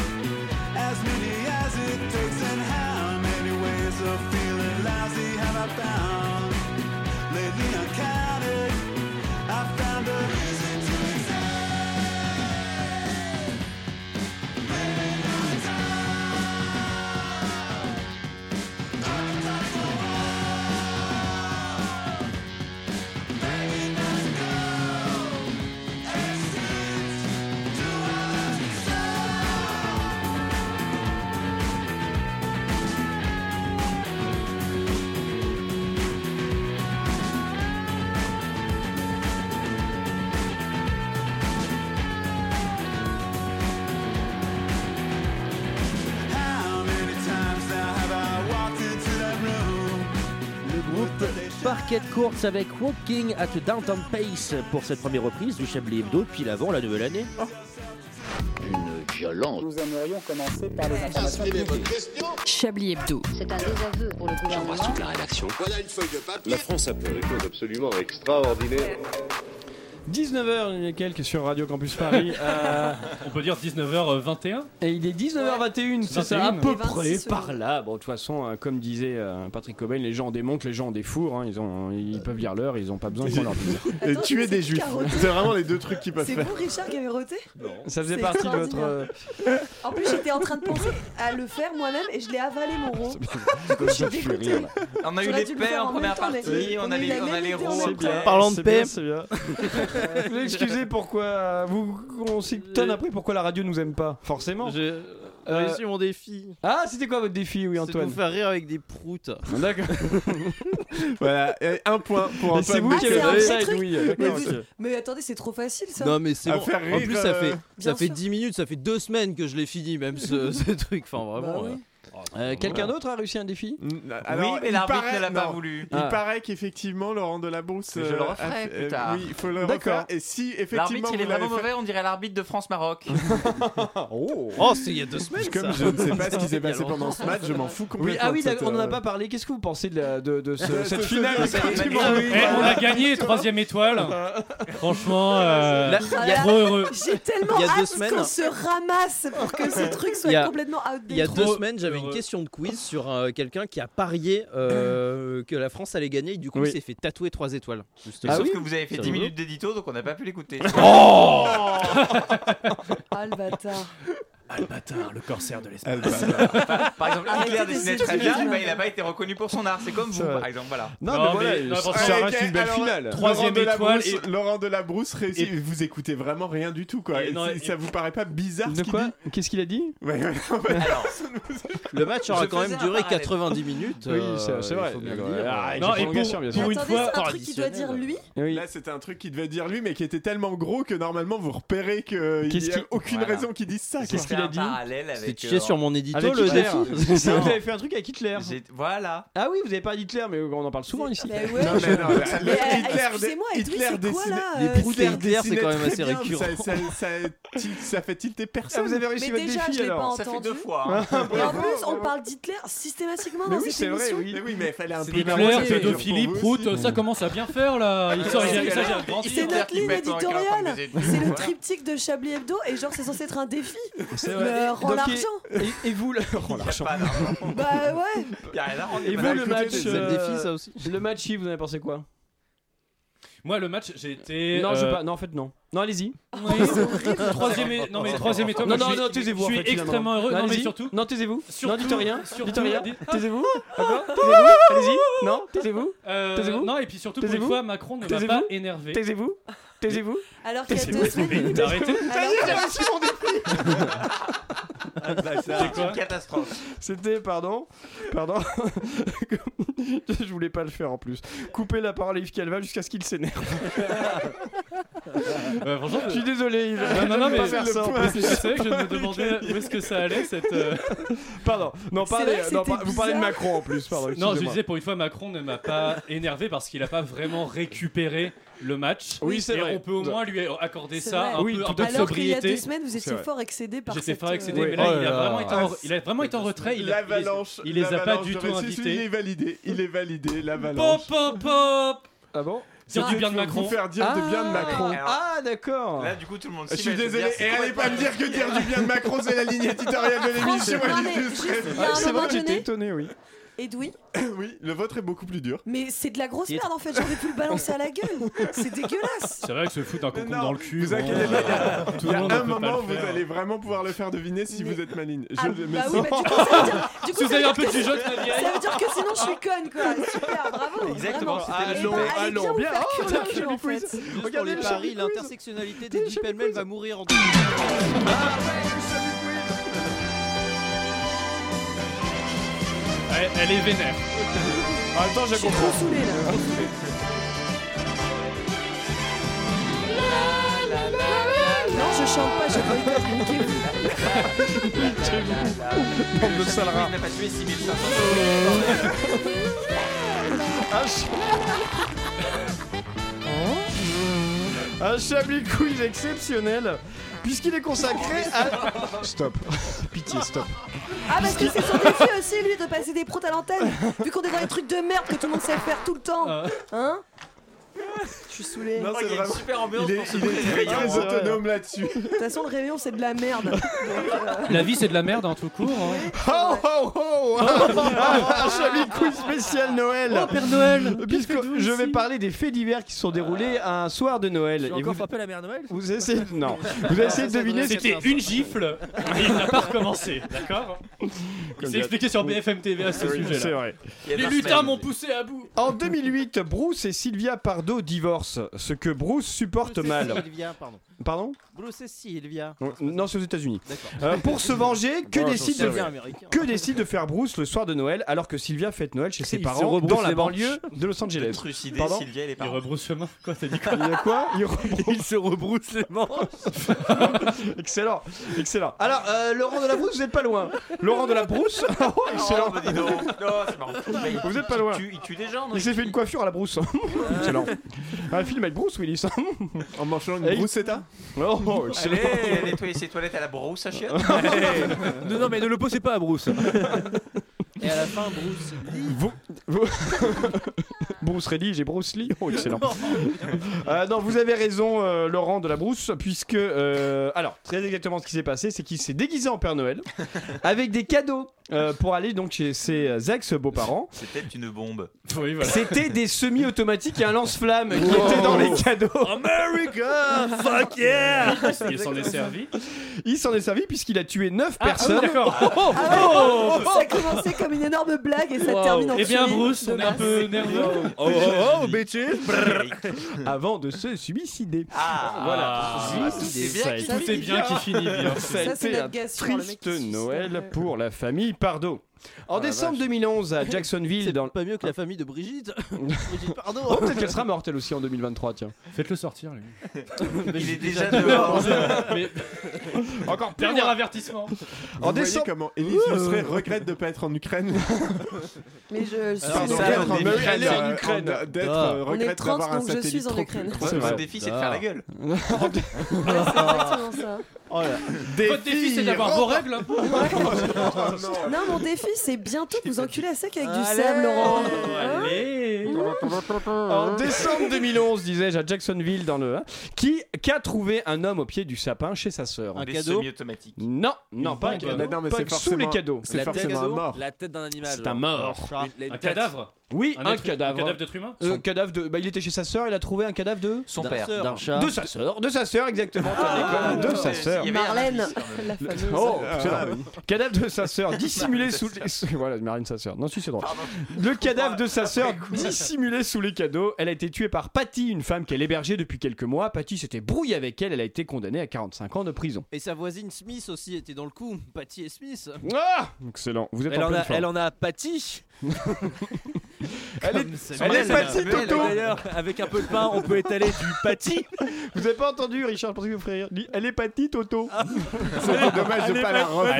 S9: as many as it takes, and how many ways of feeling lousy have I found? Lately uncounted, I found a reason to exist. Living on time, archetypes for all. Baby, let's go. How many times now have I walked into that room?
S8: Le groupe Parquet Courts avec Walking at Downtown Pace pour cette première reprise du Chablis Hebdo, pile avant la nouvelle année.
S10: Une violence.
S13: Nous aimerions commencer par les informations publiques.
S17: Chablis Hebdo.
S14: C'est un désaveu pour le gouvernement.
S15: la rédaction. Voilà une feuille de papier. La France a fait des choses absolument extraordinaires.
S3: 19h et quelques sur Radio Campus Paris. euh,
S19: On peut dire 19h21
S3: Et il est 19h21, c'est ça,
S19: 21.
S3: à peu
S19: Et 26
S3: près,
S19: secondes.
S3: par là. Bon, de toute façon, euh, comme disait euh, Patrick Cobain, les gens ont des montres, les gens ont des fours, hein, ils, ont, ils peuvent lire l'heure, ils n'ont pas besoin qu'on leur dise.
S1: Et tuer des juifs. C'est vraiment les deux trucs qu'ils peuvent
S2: C'est
S1: faire.
S2: vous, Richard, qui avez roté
S3: Ça faisait
S2: C'est
S3: partie de votre. euh,
S2: extraordinaire. En plus, j'étais en train de penser à le faire moi-même et je l'ai avalé, mon rond.
S3: ça fait rire, là.
S5: On a eu
S2: J'aurais
S5: les
S2: dû le
S5: paix
S2: faire
S5: en
S2: en
S5: première
S2: même temps, mais-
S5: partie, on
S2: on
S5: a
S2: a eu
S5: les,
S2: la
S5: on a
S2: même
S5: les
S2: idée en
S5: ronds
S2: même
S5: après.
S2: temps.
S6: Parlant de
S3: c'est
S6: paix.
S3: bien, c'est bien. Vous excusez pourquoi euh, vous on s'étonne après pourquoi la radio nous aime pas forcément.
S6: J'ai
S3: Euh,
S6: réussi mon défi.
S3: Ah, c'était quoi votre défi, oui
S6: C'est de
S3: Antoine
S6: vous faire rire avec des proutes.
S3: D'accord.
S1: Voilà, et un point pour
S3: Mais
S1: Antoine.
S3: c'est vous
S2: Ah,
S3: qui
S2: c'est un
S3: avez
S2: vrai
S3: ça,
S2: truc.
S3: oui.
S2: Mais,
S3: d'accord,
S2: vous-
S3: ok.
S2: mais attendez, c'est trop facile ça.
S6: Non mais c'est
S1: À
S3: Ah,
S6: bon.
S1: faire
S6: en
S1: rire,
S6: plus ça
S1: euh,
S6: fait
S2: bien
S6: ça fait
S2: sûr.
S6: 10 minutes, ça fait deux semaines que je l'ai fini même ce, ce truc. Enfin vraiment.
S2: Bah oui.
S6: euh,
S3: Euh, Quelqu'un d'autre a réussi un défi
S1: Alors,
S5: oui, mais
S1: il
S5: l'arbitre
S1: paraît-
S5: ne l'a pas
S1: non.
S5: voulu.
S1: Il
S3: Ah.
S1: paraît qu'effectivement Laurent Delabrousse.
S5: Mais je le
S1: euh, a
S5: referai
S1: fait-
S5: plus
S1: euh,
S5: tard.
S1: Oui, il faut le
S3: D'accord.
S1: refaire. Et si effectivement
S5: L'arbitre, il est
S1: vous l'avez
S5: vraiment
S1: fait-
S5: mauvais, on dirait l'arbitre de France-Maroc.
S6: Oh, c'est il y a deux semaines. ça.
S1: Comme je ne sais pas ce qui
S6: Il y
S1: s'est
S6: a
S1: passé
S6: longtemps.
S1: pendant ce match, je m'en fous complètement.
S3: Oui, ah oui,
S1: de cette,
S3: d'accord, on n'en a
S1: euh,
S3: pas parlé. Qu'est-ce que vous pensez de, la- de- de ce-
S1: de
S3: cette
S1: ce-
S3: finale
S1: de
S3: de
S1: cette
S3: Coupe du
S1: magnifique-
S3: Monde
S19: Eh, on a gagné, troisième étoile. Franchement, euh,
S6: Là,
S2: Ah
S6: il y a-
S2: là
S19: trop
S2: là,
S19: heureux.
S2: J'ai tellement
S6: Il y a deux
S2: hâte
S6: semaines.
S2: qu'on se ramasse pour que ce truc soit
S6: Il y a-
S2: complètement out
S6: Il y a
S19: Trop
S6: deux semaines, j'avais une
S19: heureux.
S6: question de quiz sur euh, quelqu'un qui a parié euh, que la France allait gagner et du coup
S3: Oui.
S6: il s'est fait tatouer trois étoiles.
S5: Mais
S3: Ah
S5: Sauf
S3: oui
S5: que vous avez fait
S6: C'est
S5: 10
S6: rigolo.
S5: minutes d'édito, donc on n'a pas pu l'écouter.
S2: Ah le bâtard.
S19: Albatar, le corsaire de l'espace.
S1: elle va-
S5: Par exemple, Hitler
S2: Arrêtez d'essayer
S5: dessinait très
S2: de
S5: bien,
S2: jouer.
S5: et ben, il n'a pas été reconnu pour son art. C'est comme vous,
S3: vrai.
S5: par exemple, voilà.
S3: Non,
S19: Non,
S3: mais
S19: mais-
S3: voilà,
S19: non, mais
S3: ça
S1: Ouais,
S3: reste
S1: ok,
S3: une belle
S1: alors,
S3: finale.
S19: Troisième
S1: Laurent
S19: étoile
S1: Delabrousse,
S19: et-
S1: Laurent Delabrousse réussit.
S19: et-
S1: Vous écoutez vraiment rien du tout, quoi.
S19: Et
S1: Et
S19: non,
S1: c'est-
S19: et-
S1: Ça vous paraît pas bizarre ce
S3: De
S1: qu'il
S3: quoi
S1: dit
S3: Qu'est-ce qu'il a dit
S1: Ouais, ouais, en fait,
S5: Alors,
S6: Le match
S5: Je
S6: aura quand
S5: faisais
S6: même
S5: un
S6: duré
S5: parallèle.
S6: 90 minutes. euh,
S3: Oui, c'est- c'est vrai.
S6: Il faut bien le
S3: Ah,
S6: dire.
S3: avec
S19: Non,
S3: la
S19: et pour-
S3: prolongation, bien
S19: pour
S3: sûr.
S19: une
S2: Attendez,
S19: fois,
S2: c'est un truc qu'il doit dire lui.
S3: Oui.
S1: Là, c'est un truc qu'il devait dire lui, mais qui était tellement gros que normalement vous repérez qu'il
S3: Qu'est-ce
S1: n'y a
S3: qui-
S1: aucune
S5: Voilà.
S1: raison qu'il dise ça. quoi.
S3: Qu'est-ce qu'il a
S5: un
S3: dit
S5: parallèle
S6: C'était
S5: avec.
S6: touché
S5: euh,
S6: sur mon édito
S3: Avec
S6: le
S3: Hitler.
S6: défi.
S3: Vous avez fait un truc avec Hitler.
S5: j'ai- Voilà.
S3: Ah oui, vous avez pas d'Hitler, mais on en parle souvent ici.
S2: Mais ouais.
S1: Non, mais non, là, le
S2: Mais, euh,
S1: Hitler
S2: excusez-moi,
S1: dé-
S2: et tout,
S1: Hitler
S2: c'est quoi
S1: dessinait-
S2: là
S6: les
S2: euh,
S6: proutes
S2: c'est-
S6: et les Hitler, c'est quand même assez
S1: dessinait très bien,
S6: récurrent.
S1: Ça, ça- ça- til- ça fait tilter
S3: Ça,
S1: personne.
S3: Ah, vous avez réussi
S2: Mais
S3: votre
S2: déjà,
S3: défi
S2: je l'ai pas
S3: alors.
S5: Ça fait
S2: entendu.
S5: deux fois. hein.
S2: Et en plus, on parle d'Hitler systématiquement
S3: Mais
S2: dans
S3: oui, c'est
S2: cette
S3: vrai,
S2: émission.
S3: oui.
S1: Mais oui, mais il fallait un peu
S19: Hitler,
S1: d'inventivité pour
S19: pédophilie,
S1: vous
S19: Prout,
S1: aussi.
S19: euh, ça commence à bien faire là. Ah,
S3: Euh,
S19: Il sort, il a- ça, j'ai un grand
S5: Hitler
S2: C'est notre
S5: qui
S2: ligne
S5: pète dans la carapace
S2: éditoriale.
S5: des ennemis,
S2: C'est le
S5: voilà.
S2: triptyque de Chablis Hebdo et genre c'est censé être un défi.
S3: C'est vrai.
S2: Mais rends
S3: Donc,
S2: l'argent.
S3: Et, et vous, le... oh,
S5: Il y a
S3: l'argent.
S5: pas d'argent.
S2: Bah ouais.
S5: Il y a rien à rendre.
S3: Et vous,
S1: Bah,
S3: le
S1: écoutez,
S3: match.
S1: c'est
S6: le
S3: euh,
S6: défi, ça aussi.
S3: Le match, Yves, vous en avez pensé quoi
S19: Moi, le match, j'ai été.
S3: Non, je sais
S19: euh,
S3: pas. Non, en fait, non. Non, allez-y.
S19: oui, troisième é- Non, mais troisième étoile.
S3: Non,
S19: moi,
S3: non,
S19: je
S3: non,
S19: suis-
S3: taisez-vous. en
S19: Je
S3: fait,
S19: suis
S3: finalement.
S19: extrêmement heureux. Non, mais
S3: allez-y.
S19: surtout.
S3: Non, taisez-vous. Non,
S19: Surtout-
S3: dites rien.
S19: surtout-
S3: Dites rien.
S19: dites-
S3: Taisez-vous. D'accord Taisez-vous. Allez-y. Non, taisez-vous.
S19: euh,
S3: Taisez-vous.
S19: Non, et puis surtout, pour une
S3: Taisez-vous.
S19: fois, Macron ne m'a
S3: Taisez-vous.
S19: pas énervé.
S3: Taisez-vous. Taisez-vous.
S2: Alors qu'il y a deux semaines.
S19: Arrêtez.
S2: alors-
S5: Ah, bah, C'est une catastrophe.
S3: C'était, pardon, pardon, je voulais pas le faire en plus. Couper la parole à Yves Calva jusqu'à ce qu'il s'énerve.
S19: Euh, Franchement,
S3: Je suis désolé, Yves.
S19: Non, non, non,
S3: J'aime pas
S19: mais-
S3: faire ça, en
S1: Le
S3: plus.
S19: c'est c'est vrai que je me demandais où est-ce que ça allait cette. euh,
S3: Pardon, non,
S2: C'est
S3: parlez,
S2: vrai que
S3: non,
S2: c'était
S3: par- vous parlez de
S2: bizarre.
S3: Macron en plus, pardon.
S19: Non, je
S3: excusez-moi.
S19: disais pour une fois, Macron ne m'a pas énervé parce qu'il n'a pas vraiment récupéré le match.
S3: Oui, c'est
S19: Et
S3: vrai.
S19: on peut au moins lui accorder
S2: C'est
S19: ça
S2: vrai.
S19: un
S3: Oui,
S19: peu,
S3: tout
S19: un
S3: à
S19: peu de
S3: fait.
S2: Alors qu'il y a deux
S19: sobriété.
S2: semaines, vous étiez
S1: vrai.
S2: fort excédé par
S19: J'étais
S2: cette.
S19: fort excédé,
S2: euh,
S19: mais là,
S3: Oh
S19: il, a
S3: là
S19: vraiment
S3: là.
S19: été en, il a vraiment été en retrait. Il, a- il les-
S1: L'avalanche.
S19: il les a pas
S1: l'avalanche
S19: du
S1: de
S19: tout
S1: Ressus, Il
S19: invités.
S1: est validé. Il est validé. L'avalanche.
S19: Pop, pop, pop
S3: Ah bon
S1: C'est
S19: du bien de Macron.
S1: Vous faire dire du bien de Macron.
S3: Ah, d'accord.
S5: Là, du coup, tout le monde
S1: Je
S5: s'y met,
S1: suis
S5: je veux
S1: désolé.
S5: dire,
S1: Et
S5: c'est
S1: allez pas me dire que dire du bien de Macron, c'est la ligne éditoriale de l'émission.
S2: Franchement,
S1: elle est
S2: Ah, mais
S1: juste
S2: juste,
S1: très-
S2: il y a un moment donné-
S3: étonné, oui.
S2: Edoui,
S1: Oui, le vôtre est beaucoup plus dur.
S2: mais c'est de la grosse merde en fait, j'aurais pu le balancer à la gueule. C'est dégueulasse.
S19: C'est vrai que se foutre un concombre dans le cul.
S1: Vous
S19: bon,
S1: inquiétez pas, il y a-
S19: tout
S1: il y
S19: le
S1: a
S19: monde ne
S1: un
S19: peut pas
S1: moment
S19: le
S1: où vous
S19: faire.
S1: allez vraiment pouvoir le faire deviner si vous êtes maligne. Je
S2: Ah,
S1: vais-
S2: bah
S1: mais
S2: oui,
S1: ça-
S2: bah, du coup, ça veut dire, du coup,
S19: Si vous
S2: ça
S19: avez
S2: veut
S19: un peu
S2: dire
S19: de
S2: que-
S19: jugeote, la vieille.
S2: Ça veut dire que sinon je suis conne quoi. Super, bravo.
S5: Exactement,
S2: vraiment.
S5: c'était le
S2: Eh
S5: jeu.
S2: ben, allez
S5: Allons,
S2: bien, vous
S5: bien.
S2: faire
S5: Oh,
S2: cuire le
S5: tiens,
S2: cul, en fait.
S6: Juste pour
S3: Regardez
S6: les
S3: le
S6: paris,
S3: Chabi Quiz.
S6: l'intersectionnalité des Pelmel va mourir en
S19: Elle, elle est vénère.
S1: En même temps, je comprends.
S2: Non, je chante pas, je boycotte. niquez-vous.
S3: Bande de Euh, sales rats.
S5: Il n'a pas tué 6500.
S3: Un Chablis Quiz exceptionnel, puisqu'il est consacré à. Stop. Pitié, stop.
S2: Ah, parce que c'est son défi aussi, lui, de passer des pros à l'antenne. Vu qu'on est dans des trucs de merde que tout le monde sait faire tout le
S19: Euh.
S2: temps. Hein Je suis saoulé.
S5: Oh,
S1: Non, c'est vraiment.
S5: Super ambiance
S1: Il est,
S5: pour ce
S1: il est très,
S5: réveillon.
S1: très autonome là-dessus.
S2: De toute façon, le réveillon, c'est de la merde. Donc, euh,
S19: La vie, c'est de la merde en tout court. hein.
S3: Ho ho ho Ah,
S6: Ah,
S3: Un Chablis Quiz spécial Noël
S6: oh, Père Noël
S3: Puisque je vais parler des faits divers qui se sont déroulés un soir de Noël.
S6: J'ai
S3: Et
S6: Ah. encore Ah,
S3: vous,
S6: frappé la mère Noël
S3: vous essayez de... Non. Vous essayez de deviner...
S19: C'était une gifle et il n'a pas recommencé, d'accord Il s'est expliqué sur BFM TV à ce
S3: Oui, C'est
S19: sujet-là.
S3: vrai.
S5: Il y a
S19: Les
S5: deux
S19: lutins
S5: semaines.
S19: m'ont poussé à bout.
S3: En 2008, Bruce et Sylvia Pardo divorcent, ce que Bruce supporte mal.
S6: Sylvia, pardon.
S3: Pardon
S6: Bruce et Sylvia.
S3: Non, c'est aux États-Unis.
S6: D'accord.
S3: Euh, pour se venger, que
S6: Bon,
S3: décide
S6: c'est
S3: de
S6: bien américain.
S3: Que décide de faire Bruce le soir de Noël alors que Sylvia fête Noël chez ses
S6: Il se
S3: parents
S6: rebrousse
S3: dans
S6: les
S3: la
S6: manches.
S3: banlieue de Los Angeles
S5: Trucidé,
S3: Pardon
S5: Sylvia et les
S19: Il
S5: parents.
S19: rebrousse chemin. Quoi, t'as dit quoi
S3: Il y a quoi Il
S6: Il se rebrousse les manches.
S3: Excellent, excellent. Alors, euh, Laurent de la Brousse, vous n'êtes pas loin. Laurent de la Brousse, oh,
S5: Non,
S3: excellent.
S5: bah dis donc. Non, c'est marrant. Bah, il-
S3: Vous êtes pas
S5: il
S3: loin.
S5: tue- Il tue des gens, non
S3: Il s'est fait une coiffure à la Brousse. excellent. Un film avec Bruce Willis.
S1: En mangeant une
S3: Et il-
S1: broussetta
S3: oh, excellent.
S5: Allez, il a nettoyé ses toilettes à la brosse à chien.
S6: non, non, mais ne le posez pas à Bruce. Et à la fin, Bruce dit
S3: Vous, vous- Bruce Reddy, j'ai Bruce Lee. Oh, excellent. Euh, non, vous avez raison, euh, Laurent de la Brousse, puisque. euh, alors, très exactement ce qui s'est passé, c'est qu'il s'est déguisé en Père Noël avec des cadeaux euh, pour aller donc chez ses ex-beaux-parents.
S5: C'est peut-être une bombe.
S19: Oui, voilà.
S3: C'était des semi-automatiques et un lance-flamme qui étaient dans les cadeaux.
S6: America, fuck yeah
S19: Il s'en est servi.
S3: Il s'en est servi puisqu'il a tué 9
S19: Ah,
S3: personnes. Oh,
S19: oui, d'accord.
S2: ah Ça a commencé comme une énorme blague et ça
S6: Wow.
S2: termine en
S19: oh, Eh bien,
S2: tuerie
S19: Bruce,
S2: de
S19: on est un
S2: masse.
S19: peu nerveux.
S6: Oh, oh, oh, bitches
S3: avant de se suicider.
S5: Ah,
S19: Voilà.
S5: c'est bien
S3: Ça a
S5: qu'il
S3: été-
S19: Tout est bien qui finit bien.
S3: Ça a
S2: Ça, c'est
S3: été
S2: notre
S3: un
S2: gasson, le mec
S3: triste
S2: qui se suicide.
S3: Noël pour la famille Pardo. En
S6: Ah, la
S3: décembre 2011 à Jacksonville,
S6: C'est
S3: dans le-
S6: pas mieux que la famille de Brigitte. Brigitte,
S3: Oh,
S6: pardon.
S3: peut-être qu'elle sera morte elle aussi en 2023, tiens.
S19: Faites-le sortir, lui.
S5: Il est déjà dehors.
S19: Mais
S3: Encore plus
S19: dernier
S3: loin.
S19: avertissement.
S1: Vous
S3: En
S1: voyez
S3: décembre.
S1: comment Élise Lustré regrette de ne pas être en Ukraine
S2: Mais je suis
S1: Pardon,
S5: ça,
S1: d'être
S5: on
S1: en
S5: est
S1: Ukraine,
S5: allé
S1: euh,
S5: en
S1: Ukraine, d'être
S6: Ah.
S1: euh,
S2: On est
S1: regrette
S2: 30,
S1: d'avoir un
S2: donc je
S1: satellite
S2: suis en
S1: trop
S2: Ukraine.
S1: cool.
S3: C'est
S5: Mon
S3: vrai.
S5: défi, c'est de faire la gueule.
S2: Ouais, c'est exactement ça.
S19: Votre défi, c'est d'avoir vos règles. hein.
S2: Non, mon défi, c'est bientôt de vous enculer à sec avec du
S6: Allez.
S2: sable, Laurent. Hein
S19: Oh, Allez.
S3: En décembre 2011, disais-je, à Jacksonville, dans le. hein, Qui qu'a trouvé un homme au pied du sapin chez sa sœur
S6: Un
S5: Des
S6: cadeau.
S5: semi-automatiques.
S3: Non, non, pas un
S6: bombe.
S3: cadeau.
S1: Mais non, mais
S3: pas
S1: c'est
S3: que sous
S1: forcément-
S3: les cadeaux.
S1: C'est
S6: La tête
S1: forcément un
S6: d'ado,
S1: mort.
S6: La tête d'un animal.
S3: C'est
S6: genre.
S3: un mort.
S6: chat.
S8: Les-
S19: Un
S8: les-
S19: cadavre.
S3: Oui, un,
S19: être-
S3: cadavre.
S19: Un cadavre d'être humain.
S3: Euh, cadavre de. Bah, il était chez sa sœur, il a trouvé un cadavre de.
S5: Son
S6: D'un
S5: père.
S6: sœur.
S8: D'un chat.
S3: De sa sœur, de sa sœur, exactement.
S5: Ah,
S3: de sa
S5: ouais,
S3: sœur.
S5: il y avait un
S2: Hein Marlène,
S5: indice, quand même.
S2: la fameuse.
S3: Oh,
S1: Ah,
S3: putain.
S1: oui.
S3: cadavre de sa sœur dissimulé
S5: Marine,
S3: sous
S5: sa
S3: les... sous- Voilà, Marine, sa sœur. Non, si, c'est drôle. Le cadavre de sa sœur dissimulé sous les cadeaux. Elle a été tuée par Patty, une femme qu'elle hébergeait depuis quelques mois. Patty s'était brouillée avec elle. Elle a été condamnée à 45 ans de prison.
S6: Et sa voisine Smith aussi était dans le coup. Patty et Smith.
S3: Ah Excellent. Vous êtes
S6: Elle
S3: en
S6: en,
S3: pleine
S6: a,
S3: forme.
S6: elle en a Patty.
S3: Elle est-
S6: Comme c'est
S3: elle
S6: mal,
S3: est Patty,
S6: Samuel,
S3: Toto.
S6: D'ailleurs, avec un peu de pain, on peut étaler du Patty.
S3: Vous avez pas entendu, Richard Je pensais que vous feriez rire. Dit, Elle est Patty, Toto.
S1: C'était dommage de
S6: Allez,
S1: pas la
S6: Pat-
S1: refaire.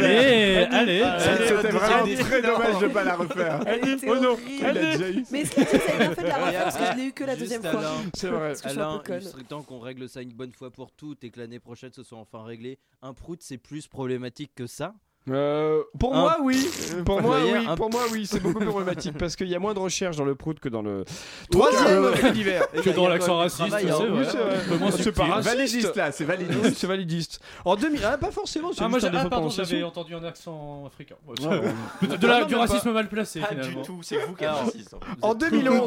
S19: Allez,
S3: Ah,
S1: Ça,
S19: allez.
S1: C'était vraiment très dommage de pas la refaire.
S2: Elle était
S3: Oh non,
S2: horrible.
S1: Elle l'a déjà eu.
S2: Mais est-ce que tu as bien fait de la refaire parce que je l'ai eu que la
S6: Juste
S2: deuxième fois
S6: Alain,
S3: C'est vrai.
S2: que je suis un
S6: Alain,
S2: peu conne.
S6: il serait temps qu'on règle ça une bonne fois pour toutes et que l'année prochaine ce soit enfin réglé. Un prout, c'est plus problématique que ça.
S3: Euh, pour
S25: Un-
S3: moi, oui. Pour moi,
S25: Vous voyez,
S3: oui.
S25: un-
S3: Pour moi, oui. C'est beaucoup plus problématique parce qu'il y a moins de recherche dans le prout que dans le troisième
S25: ouais.
S3: fait divers.
S25: Que dans l'accent raciste,
S19: Ah, bah,
S3: Oui,
S25: c'est vrai.
S3: c'est vrai.
S25: Un peu moins
S3: C'est pas
S25: subtil.
S3: raciste.
S25: Validiste, là, c'est validiste.
S3: Oui, c'est validiste. En 2000, ah, pas forcément. c'est
S19: Ah, moi,
S3: juste
S19: j'ai-
S3: un défaut
S19: ah,
S3: de
S19: pardon,
S3: prononciation.
S19: j'avais entendu un accent africain. Bon,
S3: Ouais, ouais.
S19: Peut-être de la-
S3: Non,
S19: du
S3: même pas.
S19: racisme mal placé.
S3: Pas
S19: finalement.
S3: du
S5: tout, c'est vous qui êtes
S3: Ah.
S5: raciste.
S3: En 2011.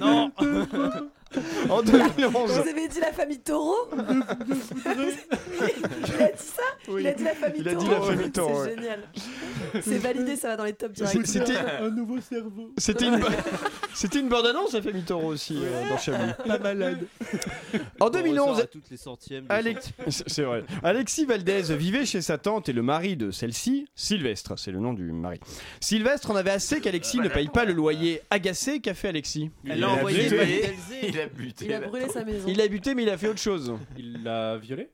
S2: Non.
S3: En 2011.
S2: Vous avez dit la famille Taureau Il a dit ça Il a dit la famille
S3: Il a
S2: Taureau
S3: dit la famille Taureau, ouais.
S2: C'est génial. C'est validé, ça va dans les top directs.
S3: C'était-
S2: nouveau cerveau.
S3: C'était une, c'était une bande annonce, la famille Taureau aussi, euh, dans Chablis. Pas malade. En 2011,
S6: toutes les centièmes.
S3: Alex- C'est c'est vrai. Alexis Valdez vivait chez sa tante et le mari de celle-ci, Sylvestre, c'est le nom du mari. Sylvestre en avait assez qu'Alexis ne paye pas le loyer. Agacé, qu'a fait Alexis
S6: Elle l'a envoyé
S5: buté. Il a buté.
S2: Il a brûlé sa maison.
S3: Il l'a buté, mais il a fait autre chose. Il l'a violé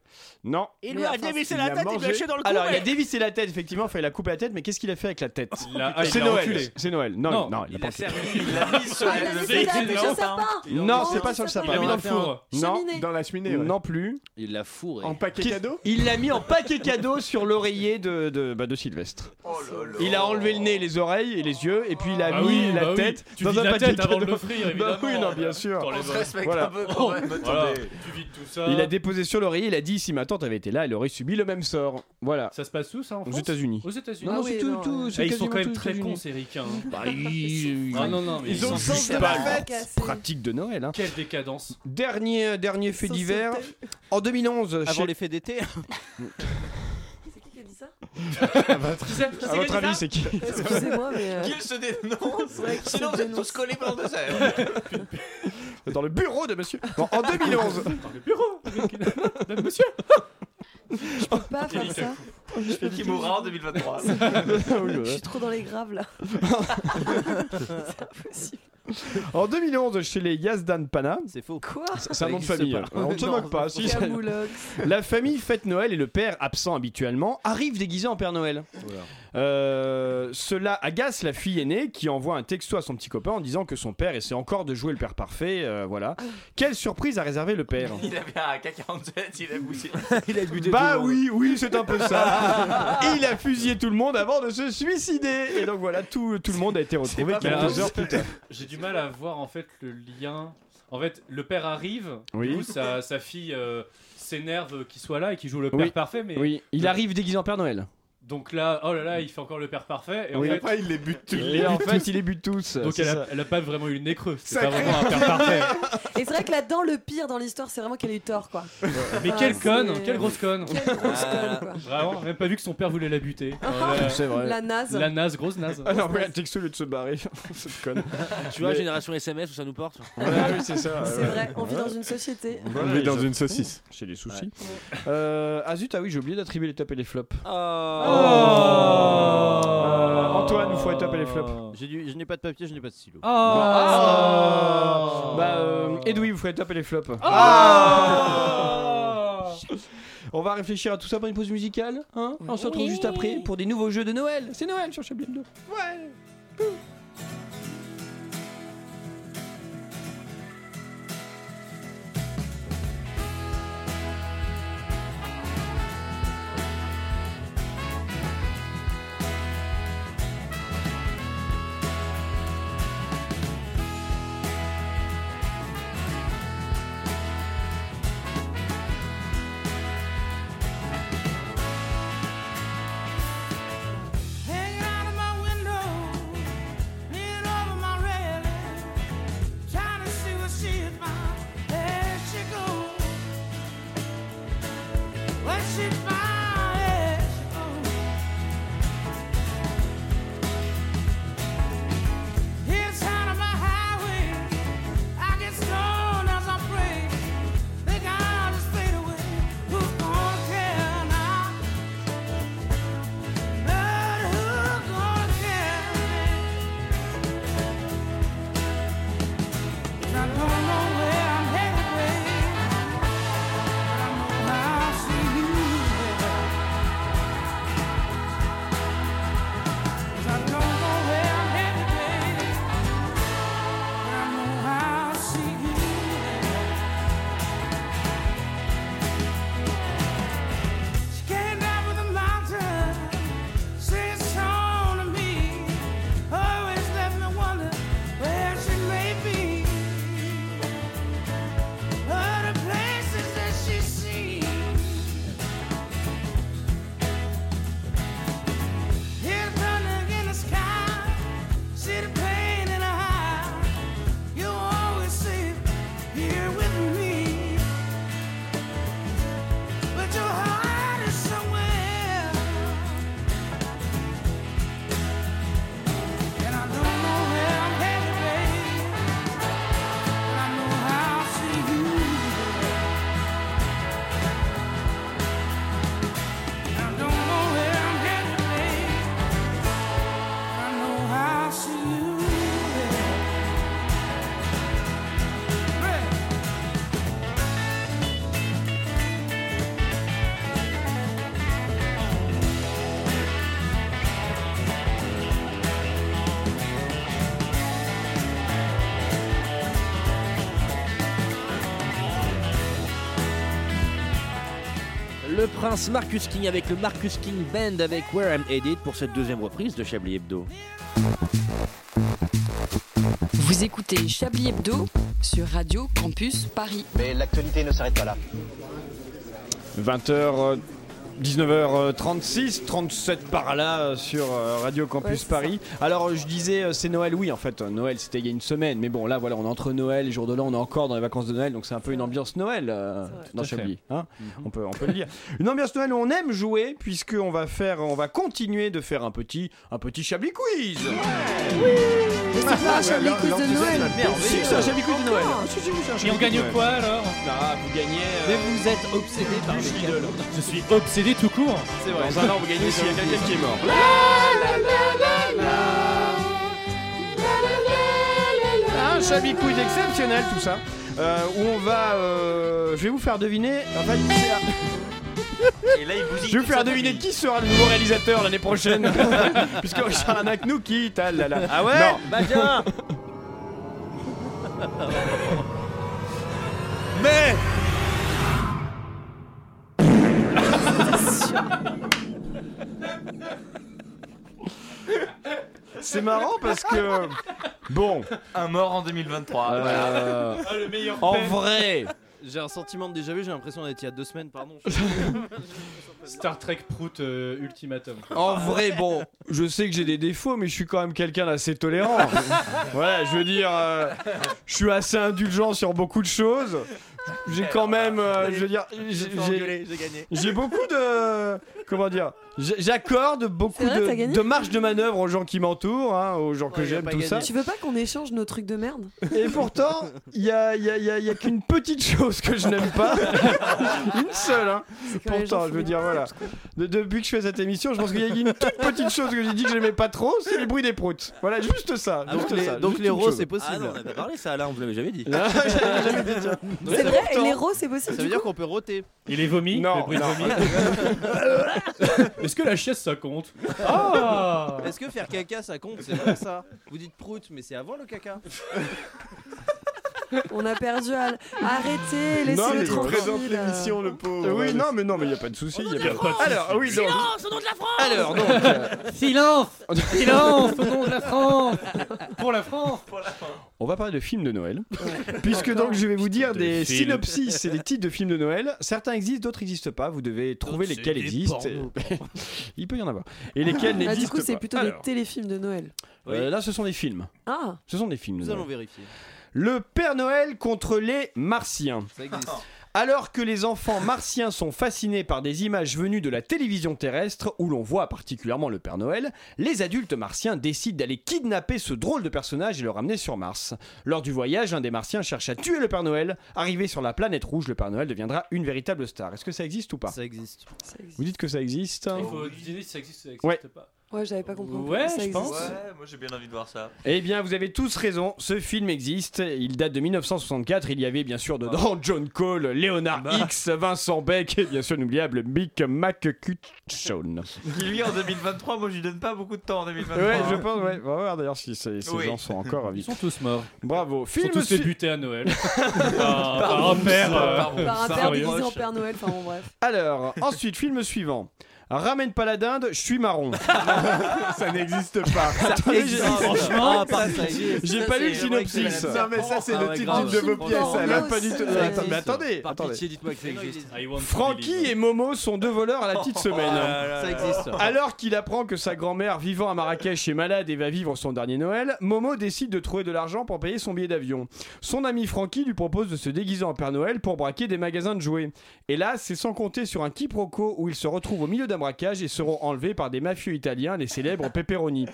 S3: Non.
S6: Il lui a
S3: Mais enfin,
S6: dévissé
S3: il
S6: la
S3: a
S6: tête, il
S3: mangé-
S6: l'a lâché dans le cou,
S3: Alors, il a
S6: mec.
S3: dévissé la tête, effectivement, enfin, il a coupé la tête, mais qu'est-ce qu'il a fait avec la tête
S19: l'a- ah, il
S3: C'est
S19: l'a
S3: Noël.
S19: enculé.
S3: C'est Noël.
S19: Non.
S3: Non, non, non, il a
S19: Il
S3: pas
S19: l'a
S3: enculé.
S5: Il l'a mis sur
S2: Ah, il a mis sa tête sur le sapin.
S3: Non,
S2: Oh,
S3: c'est pas sur le sapin.
S1: Il l'a mis dans le
S3: en
S1: four.
S3: fait un- Non,
S2: Cheminée.
S1: Dans la cheminée, ouais.
S3: non plus.
S8: Il l'a fourré.
S1: En paquet
S3: Qu'est-
S1: cadeau
S3: Il l'a mis en paquet cadeau sur l'oreiller de, de, bah, de Sylvestre. Il a enlevé le nez, les oreilles et les yeux, et puis il a
S19: Bah
S3: mis
S19: oui,
S3: la
S19: bah oui.
S3: tête
S19: Tu
S3: dans
S19: vis
S3: un
S19: la
S3: paquet
S19: tête avant de
S3: cadeau.
S19: l'offrir,
S3: Bah
S19: évidemment.
S3: oui, non, bien sûr.
S19: Dans les On se oreilles. respecte
S3: Voilà.
S5: un peu quand même,
S19: Voilà.
S5: attendez.
S19: Tu vis de tout ça.
S3: Il a déposé sur l'oreiller, il a dit si ma tante avait été là, elle aurait subi le même sort. Voilà.
S19: Ça se passe où ça en
S3: Aux
S19: France
S3: États-Unis.
S19: Aux États-Unis.
S3: Non, non, c'est tout- tout-
S19: Eh,
S3: c'est
S19: ils sont
S3: quasiment
S19: quand même
S3: tous aux
S19: très
S3: États-Unis.
S19: cons, ces ricains.
S3: Bah, ils...
S19: Ah, non, non, mais
S3: ils ont le sens de la fête. Pratique de Noël. hein.
S19: Quelle décadence.
S3: Dernier, dernier fait
S19: Sans
S3: divers. En 2011,
S6: Avant
S3: chez-
S6: les fêtes d'été. hein.
S2: C'est qui qui a dit ça
S3: à votre,
S2: Qui c'est- qui c'est
S3: à
S2: qui a
S3: votre
S2: dit
S3: avis,
S2: ça
S3: c'est qui
S2: Excusez-moi, mais. euh,
S5: Qu'il se dénonce
S2: Ouais, qu'il
S5: Sinon
S2: se
S5: vous êtes
S2: dénonce.
S5: tous collés pendant deux heures.
S3: Dans le bureau de monsieur. Bon, en 2011.
S2: Je peux pas faire ça.
S5: Qui mourra en 2023.
S2: Je suis trop dans les graves là. C'est impossible.
S3: En 2011, chez les Yazdan Pana.
S6: C'est faux.
S2: Quoi
S3: C'est un nom de famille. hein. On ne se moque pas. Si, ça-
S2: Camoulox.
S3: La famille fête Noël et le père, absent habituellement, arrive déguisé en Père Noël. Euh, cela agace la fille aînée qui envoie un texto à son petit copain en disant que son père essaie encore de jouer le père parfait. euh, voilà. Quelle surprise a réservé le père
S5: Il avait un AK-47, il a bougé.
S6: Il a buté
S3: Bah oui, oui, c'est un peu ça. il a fusillé tout le monde avant de se suicider. Et donc voilà, tout, tout le monde a été retrouvé
S19: Mais alors,
S3: 15 heures plus tard.
S19: J'ai du mal à voir en fait le lien. En fait, le père arrive,
S3: Oui.
S19: du coup, sa, sa fille euh, s'énerve qu'il soit là et qu'il joue le père
S3: Oui.
S19: parfait, mais
S3: Oui, il arrive déguisé en Père Noël.
S19: donc là, oh là là, il fait encore le père parfait. Et en
S3: Oui.
S19: fait-
S1: Après, il les bute tous.
S3: Et en fait, il les bute tous.
S19: donc
S3: c'est
S19: elle
S3: ça.
S19: a, elle a pas vraiment eu le nez creux, c'est pas
S3: Sacré.
S19: vraiment un père parfait.
S2: Et c'est vrai que là-dedans, le pire dans l'histoire, c'est vraiment qu'elle a eu tort quoi.
S19: Mais
S2: Ah,
S19: quelle
S2: c'est-
S19: conne, quelle grosse conne.
S2: Quelle grosse conne quoi.
S19: Vraiment, même pas vu que son père voulait la buter.
S2: Ah,
S19: Euh,
S3: Ah, C'est vrai.
S2: La naze.
S19: La naze, grosse naze.
S3: Ah non, mais un texto au lieu de se barrer, cette conne.
S8: Tu vois,
S3: Mais-
S8: génération SMS où ça nous porte.
S3: Voilà, oui, c'est ça.
S2: C'est
S3: ouais.
S2: vrai, on vit dans une société.
S1: On
S3: Voilà,
S1: vit
S3: et
S1: Ah, dans
S3: ça-
S1: une saucisse.
S3: C'est des soucis. Euh, ah zut, ah oui, j'ai oublié d'attribuer les tops et les flops. Oh. Euh, Antoine, il faut les tops et les flops.
S19: Oh.
S6: J'ai du- Je n'ai pas de papier, je n'ai pas de stylo.
S19: Ah.
S3: Ah. Bah, euh, Edoui, vous ferez taper les flops. Ah. On va réfléchir à tout ça pour une pause musicale. Hein On se retrouve juste après pour des nouveaux jeux de Noël. C'est Noël sur Chablis Hebdo. Ouais.
S9: Hanging out of my window, leaning over my railing, trying to see what she had found. There she goes. What she found, there she goes. Here's out of my highway. I get stoned as I pray. Think I'll just fade away. Who's gonna care now? But who's gonna care? I don't know where I'm headed, but I know I'll see you there.
S8: le prince Marcus King avec le Marcus King Band avec Where I'm Headed pour cette deuxième reprise de Chablis Hebdo.
S17: Vous écoutez Chablis Hebdo sur Radio Campus Paris.
S11: Mais l'actualité ne s'arrête pas là.
S3: 20h, 19h36, 37 euh, par là euh, sur euh, Radio
S25: Ouais,
S3: Campus
S25: c'est
S3: Paris. Alors je disais euh, c'est Noël, oui en fait euh, Noël c'était il y a une semaine, mais bon là voilà on est entre Noël, les jours de l'an, on est encore dans les vacances de Noël, donc c'est un peu une ambiance Noël euh,
S25: Tout
S3: dans
S25: à fait.
S3: Chablis. hein. on, peut, on peut le dire. Une ambiance Noël où on aime jouer puisqu'on va faire, on va continuer de faire un petit, un petit Chablis quiz.
S9: Mais c'est pas un
S3: Ah,
S9: Chablis
S3: là,
S9: quiz
S3: là,
S9: de
S3: vous êtes
S9: Noël.
S3: la merveille. Si, c'est un Chablis quiz de Noël. Si, si, c'est un
S19: Et
S3: Chablis
S19: on
S3: quiz
S19: gagne
S3: de Noël.
S19: quoi alors
S3: Ah, vous gagnez.
S19: Mais vous êtes obsédé par les Je suis obsédé tout court.
S3: C'est vrai. Dans un an, vous gagnez s'il y a quelqu'un qui est mort. Un Chablis quiz exceptionnel, tout ça. Euh, où on va. euh, je vais vous faire deviner. En fait, c'est- je vais vous faire deviner qui sera le nouveau réalisateur l'année prochaine. Puisque Richard Lanac nous quitte. Ah, là, là.
S9: Ah ouais
S3: Non.
S9: Bah tiens.
S3: Mais C'est marrant parce que. Bon.
S5: Un mort en 2023.
S25: Euh,
S5: voilà.
S3: Hein
S25: en vrai,
S6: J'ai un sentiment de déjà vu, j'ai l'impression d'être il y a deux semaines, pardon.
S19: Star Trek Prout euh, Ultimatum.
S3: En vrai, bon, je sais que j'ai des défauts, mais je suis quand même quelqu'un d'assez tolérant. voilà, je veux dire, euh, je suis assez indulgent sur beaucoup de choses. J'ai quand même, euh, je veux dire, j'ai- j'ai j'ai beaucoup de, comment dire, j'ai- j'accorde beaucoup
S2: C'est vrai, t'as
S3: de,
S2: gagné
S3: de marge de manœuvre aux gens qui m'entourent, hein, aux gens que j'aime, tout ça.
S2: Tu veux pas qu'on échange nos trucs de merde
S3: Et pourtant, il y a, il y a- il y a- il y a qu'une petite chose que je n'aime pas. une seule, hein.
S9: quand les gens
S3: Pourtant,
S9: font
S3: je veux
S9: des
S3: dire, voilà. De- depuis que je fais cette émission, je pense qu'il y a une toute petite chose que j'ai dit que j'aimais pas trop, c'est les bruits des proutes. Voilà, juste ça.
S6: Ah,
S3: juste
S6: donc les-
S3: ça,
S6: donc
S3: juste
S6: les
S3: une
S6: roses,
S3: chose.
S6: c'est possible. Ah non, on
S8: On a pas parlé ça, Alain, vous l'avez jamais dit.
S2: C'est vrai, et l'héros c'est possible.
S6: Ça veut
S2: du
S6: dire
S2: coup
S6: qu'on peut roter.
S19: Il est vomi
S3: Non,
S19: Le bruit de
S3: non.
S19: vomi Est-ce que la chiasse ça compte Ah
S6: Est-ce que faire caca ça compte C'est pas ça. Vous dites prout, mais c'est avant le caca.
S2: On a perdu Al. Arrêtez,
S3: Non, mais
S2: laissez-le
S3: il présente
S2: tranquille. euh.
S3: l'émission, le pauvre. Oui, non, mais non, mais il y a pas de souci. il y a pas de- Alors, oui, donc.
S9: au nom de la France
S3: Alors, donc.
S9: Silence Silence au nom de la France
S19: Pour la France
S3: On va parler de films de Noël. Puisque donc je vais vous dire
S9: Des
S3: des
S9: films.
S3: synopsis et des titres de films de Noël. Certains existent, d'autres n'existent pas. Vous devez trouver
S9: D'autres,
S3: lesquels
S9: c'est des
S3: existent.
S9: pornos.
S3: Il peut y en avoir. Et lesquels
S2: Ah,
S3: n'existent
S2: du coup,
S3: pas.
S2: c'est plutôt
S3: Alors,
S2: des téléfilms de Noël.
S3: euh, là, ce sont des films.
S2: Ah
S3: Ce sont des films. de
S6: Nous
S3: Noël.
S6: allons vérifier.
S3: Le Père Noël contre les Martiens.
S6: Ça existe.
S3: Alors que les enfants martiens sont fascinés par des images venues de la télévision terrestre où l'on voit particulièrement le Père Noël, les adultes martiens décident d'aller kidnapper ce drôle de personnage et le ramener sur Mars. Lors du voyage, un des martiens cherche à tuer le Père Noël. Arrivé sur la planète rouge, le Père Noël deviendra une véritable star. Est-ce que ça existe ou pas
S6: Ça existe.
S3: Vous dites que ça existe
S19: Il faut deviner si ça existe ou ça
S3: Ouais.
S19: existe pas.
S2: Ouais, j'avais pas compris.
S19: Ouais,
S2: Ça
S19: je pense.
S2: existe.
S5: Ouais, moi j'ai bien envie de voir ça.
S3: Eh bien, vous avez tous raison, ce film existe, il date de 1964, il y avait bien sûr dedans John Cole, Léonard X, Vincent Beck et bien sûr l'oubliable Mick McCutcheon.
S5: Qui lui en 2023, moi je lui donne pas beaucoup de temps en 2023.
S3: Ouais, je pense, ouais. On va voir d'ailleurs si ces, ces
S5: Oui.
S3: gens sont encore
S19: Ils
S3: vivants.
S19: sont tous morts.
S3: Bravo.
S19: Ils sont
S3: Film
S19: tous
S3: su-
S19: débutés à Noël. Par- Par un père. euh,
S2: Par un père déguisé en
S19: farouche.
S2: Père Noël, enfin bon, bref.
S3: Alors, ensuite, film suivant. Ramène pas la dinde, je suis marron. ça n'existe pas. Attendez, j'ai-
S1: franchement,
S3: Ah, pardon,
S1: ça existe.
S3: j'ai
S1: Ça,
S3: pas lu le
S1: c'est vrai que c'est la
S3: synopsis.
S1: merde. Non, mais ça, c'est Ah le ouais, titre grave. de vos
S3: Franchement,
S1: pièces,
S3: on
S1: alors.
S3: l'a pas du tout.
S1: Ça
S3: Attends,
S1: existe.
S3: mais attendez,
S6: Par
S3: attendez.
S6: pitié, dites-moi que ça existe.
S19: I want to
S3: Francky et Momo sont deux voleurs à la petite semaine.
S6: Ça existe.
S3: Alors qu'il apprend que sa grand-mère vivant à Marrakech est malade et va vivre son dernier Noël, Momo décide de trouver de l'argent pour payer son billet d'avion. Son ami Francky lui propose de se déguiser en Père Noël pour braquer des magasins de jouets. Et là, c'est sans compter sur un quiproquo où ils se retrouvent au milieu d'un braquage et seront enlevés par des mafieux italiens, les célèbres pepperoni.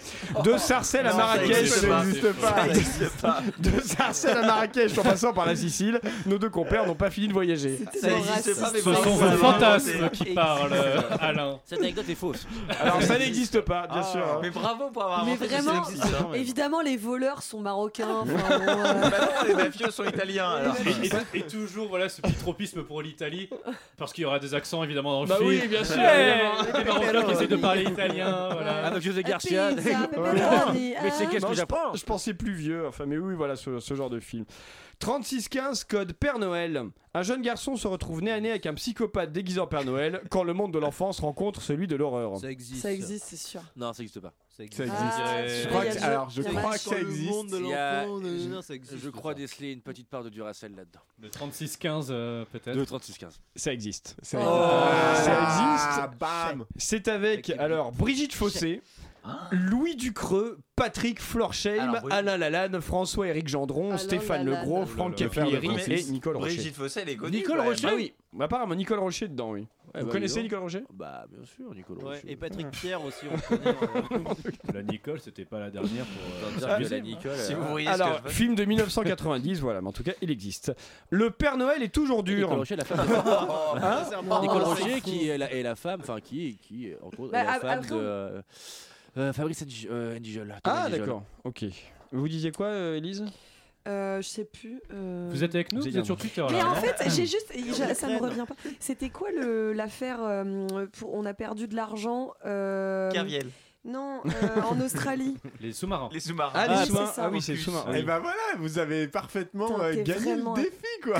S3: De Sarcelles à
S9: Non, ça
S3: Marrakech,
S9: existe pas, c'est faux. Ça existe pas.
S3: De Sarcelles à Marrakech en passant par la Sicile, nos deux compères n'ont pas fini de voyager.
S9: Ça existe pas, mais
S19: Ce sont vos fantasmes qui parlent, euh, Alain.
S8: Cette anecdote est fausse.
S3: Alors ça n'existe pas,
S9: Ah.
S3: bien sûr.
S5: Mais bravo pour avoir
S2: Mais
S5: inventé ce
S2: vraiment,
S5: synopsis, hein.
S2: évidemment, les voleurs sont marocains. enfin, bon, euh,
S5: Bah non, les mafieux sont italiens alors.
S19: Et, et- et toujours voilà ce petit tropisme pour l'Italie, parce qu'il y aura des accents évidemment dans le
S3: Bah
S19: film.
S3: oui, bien sûr.
S19: Hey,
S3: évidemment.
S19: les Marocains qui essaient de parler italien,
S2: euh,
S1: Ah,
S19: voilà.
S8: Avec José
S2: Garcia. pizza, pepperoni, Mais c'est hein. qu'est-ce que
S3: Non, je
S8: j'apprends
S3: pense- Je pensais plus vieux, enfin, mais oui, voilà ce, ce genre de film. 3615, code Père Noël. Un jeune garçon se retrouve nez à nez avec un psychopathe déguisé en Père Noël quand le monde de l'enfance rencontre celui de l'horreur.
S6: Ça existe.
S2: Ça existe, c'est sûr.
S6: Non, ça existe pas. Ça
S1: existe. Ah, Je crois que- alors, je crois que ça existe.
S6: Il y a- je- Je crois
S19: pas.
S6: déceler une petite part de Duracell là-dedans.
S19: Le 36-15 euh, peut-être.
S6: Le 36-15.
S3: Ça existe. Ça,
S19: Oh
S3: ça
S1: là
S3: existe.
S1: Ah, Bam
S3: C'est avec Ah. alors Brigitte Fossé, Louis Ducreux, Patrick Florsheim,
S5: Alors, Brigitte-
S3: Alain Lalanne, François Éric Gendron,
S5: Alain
S3: Stéphane
S5: Lalanne.
S3: Legros, Franck
S5: Le frère de
S3: Capilleri et
S5: Francis.
S3: Nicole Rocher.
S5: Brigitte Fossé, elle est connue,
S3: Nicole
S5: quand même.
S3: Rocher,
S5: Ah
S3: oui.
S5: oui.
S3: Apparemment Nicole Rocher dedans, oui. Vous connaissez Nicole Rocher
S6: Bah bien sûr, Nicole
S3: Ouais,
S6: Rocher.
S3: et Patrick
S6: Pierre aussi,
S19: La Nicole, c'était pas la dernière pour. euh,
S6: Ah,
S19: s'amuser.
S6: la Nicole,
S19: Si
S6: euh,
S19: vous voyez ce
S3: Alors,
S19: que je veux.
S3: film de 1990, voilà, mais en tout cas, il existe. Le Père Noël est toujours dur.
S6: Nicole Rocher, la femme de-
S3: Hein
S6: Nicole Rocher qui est la, est la femme, enfin qui est, qui est, entre autres
S3: Bah,
S6: est la
S3: ap-
S6: femme
S3: après,
S6: de euh, euh, Fabrice Angi- euh, Andigel. Thomas
S3: Ah,
S6: Andigel.
S3: d'accord, ok. Vous disiez quoi, euh, Élise
S2: Euh, je sais plus. euh,
S19: Vous êtes avec nous
S3: Vous
S19: Vous
S3: êtes
S19: êtes sur Twitter
S2: Mais
S19: là, hein.
S2: en
S19: non
S2: fait, j'ai juste,
S19: Et
S2: j'ai-
S19: on
S2: ça me
S19: traîne.
S2: revient pas. C'était quoi le- l'affaire euh, pour- On a perdu de l'argent. euh,
S5: Kerviel.
S2: Non, euh, en Australie.
S19: Les sous-marins.
S5: Les sous-marins.
S1: Ah,
S3: les
S1: c'est
S3: sous-marins.
S1: ça.
S3: Ah oui, c'est les sous-marins.
S1: Et
S3: Oui.
S1: bah voilà, vous avez parfaitement
S2: Putain,
S1: euh,
S2: t'es
S1: gagné
S2: vraiment-
S1: le défi, quoi.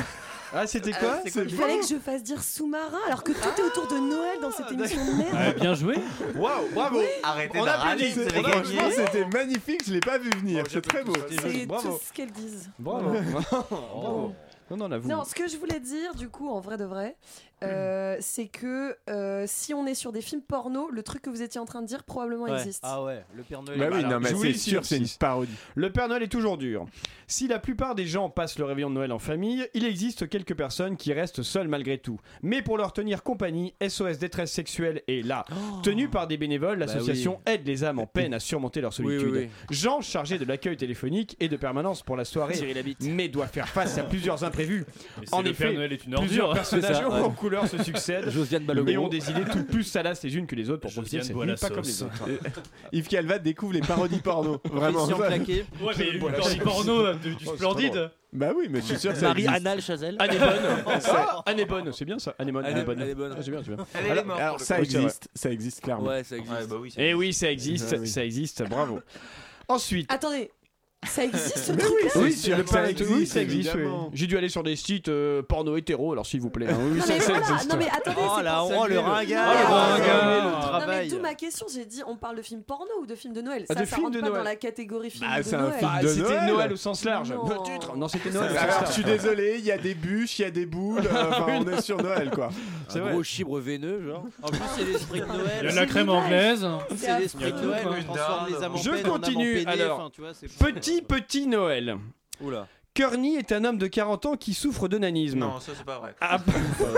S3: Ah, c'était
S1: quoi
S2: Il
S1: C'est
S2: fallait
S1: bon.
S2: que je fasse dire sous-marin alors que tout est autour de Noël dans cette émission de merde.
S19: Ah, Bien joué.
S1: Waouh, bravo.
S5: Ah, Arrêtez On d'en applaudit. râler, vous avez
S1: Franchement,
S5: gagné.
S1: c'était magnifique, je l'ai pas vu venir. C'est très beau. Bah
S2: C'est tout ce qu'elles disent.
S3: Bravo.
S2: Bravo.
S3: Non, non, là, vous.
S2: Non, ce que je voulais dire, du coup, en vrai de vrai, euh, c'est que euh, si on est sur des films porno, le truc que vous étiez en train de dire probablement existe.
S6: Ah ouais, le Père Noël.
S1: Bah oui, non, mais
S3: je vous
S1: c'est
S3: lis le
S1: sûr, c'est une
S3: synopsis.
S1: parodie.
S3: Le Père Noël est toujours dur. Si la plupart des gens passent le réveillon de Noël en famille, il existe quelques personnes qui restent seules malgré tout. Mais pour leur tenir compagnie, SOS Détresse Sexuelle est là. Tenue par des bénévoles, l'association aide les âmes en peine à surmonter leur solitude.
S6: Oui, oui,
S3: Jean, chargé de l'accueil téléphonique et de permanence pour la soirée,
S6: Cyril Habite.
S3: mais doit faire face à plusieurs imprévus.
S19: Mais c'est
S3: En
S19: le
S3: effet,
S19: Père Noël est une
S3: plusieurs
S19: ordure.
S3: personnages
S19: C'est ça,
S3: en
S19: ouais.
S3: couleur se succèdent
S6: Josiane
S3: et
S6: Balasco.
S3: ont des idées tout plus salaces les unes que les autres pour profiter de
S19: Josiane
S3: cette
S19: boit la
S3: nuit, pas comme
S19: sauce.
S3: les autres.
S1: Euh, Yves Calvat découvre les parodies porno. Vraiment.
S6: Christian Claqué.
S19: Ouais, mais une
S1: Voilà.
S19: parodie porno euh, du, du Splendide.
S1: Bah oui, mais je suis sûr que ça
S8: Marie
S1: existe.
S8: Annal Chazelle.
S3: Anne est bonne. Ah, Anne est bonne, c'est bien ça. Anne est bonne.
S6: Elle
S3: Anne est
S6: est-
S3: bonne.
S6: elle est bonne.
S3: Ah, c'est bien, c'est bien.
S5: Elle, elle est morte.
S1: Alors
S5: pour le
S1: ça
S3: Oui, c'est
S1: existe, ça existe clairement.
S6: Ouais, ça
S5: coup.
S6: existe.
S5: Ouais, bah oui, ça-
S3: Eh oui, ça existe,
S1: Ah oui.
S3: ça existe, bravo. Ensuite,
S2: Attendez, ça existe ce
S1: Mais
S2: truc
S1: oui,
S3: oui,
S1: sûr
S3: le
S1: que
S3: Père
S1: ça
S3: Noël-
S1: existe,
S3: oui, ça existe. oui.
S1: évidemment.
S3: J'ai dû aller sur des sites euh, porno hétéro, alors s'il vous plaît. hein, oui,
S2: Non
S3: ça,
S2: mais
S3: ça
S2: voilà,
S3: existe.
S2: non mais attendez,
S6: Oh
S2: c'est
S6: la
S2: pour ça
S6: honte,
S2: que-
S6: le
S2: Non,
S6: ringard,
S2: mais-
S19: le ringard.
S2: Non, mais
S6: Travail.
S2: d'où ma question, j'ai dit on parle de film porno ou de film de Noël
S3: Ah,
S2: Ça,
S3: de
S2: ça
S3: film
S2: rentre
S3: de
S2: pas
S3: Noël.
S2: dans la catégorie film
S1: Bah,
S2: de
S1: c'est un
S2: Noël.
S1: film
S3: Ah,
S1: de
S3: c'était Noël.
S1: Noël.
S3: au sens large.
S2: Non.
S3: Peut-être. Non, c'était Noël au sens
S1: Alors je
S3: large.
S1: suis désolé, il y a des bûches, il y a des boules. euh, enfin, on est sur Noël quoi.
S3: C'est
S6: Un
S3: vrai.
S6: gros chibre veineux, genre. En plus, c'est l'esprit de
S19: Il y a
S6: Noël.
S19: de la crème anglaise.
S6: C'est l'esprit de Noël, on transforme les amants
S3: Je
S6: peines en amants
S3: continue,
S6: peinés,
S3: alors.
S6: enfin, tu vois, c'est-
S3: Petit, petit Noël.
S6: Oula.
S3: Kearney est un homme de 40 ans qui souffre d'onanisme.
S5: Non, ça c'est pas vrai.
S3: Ah,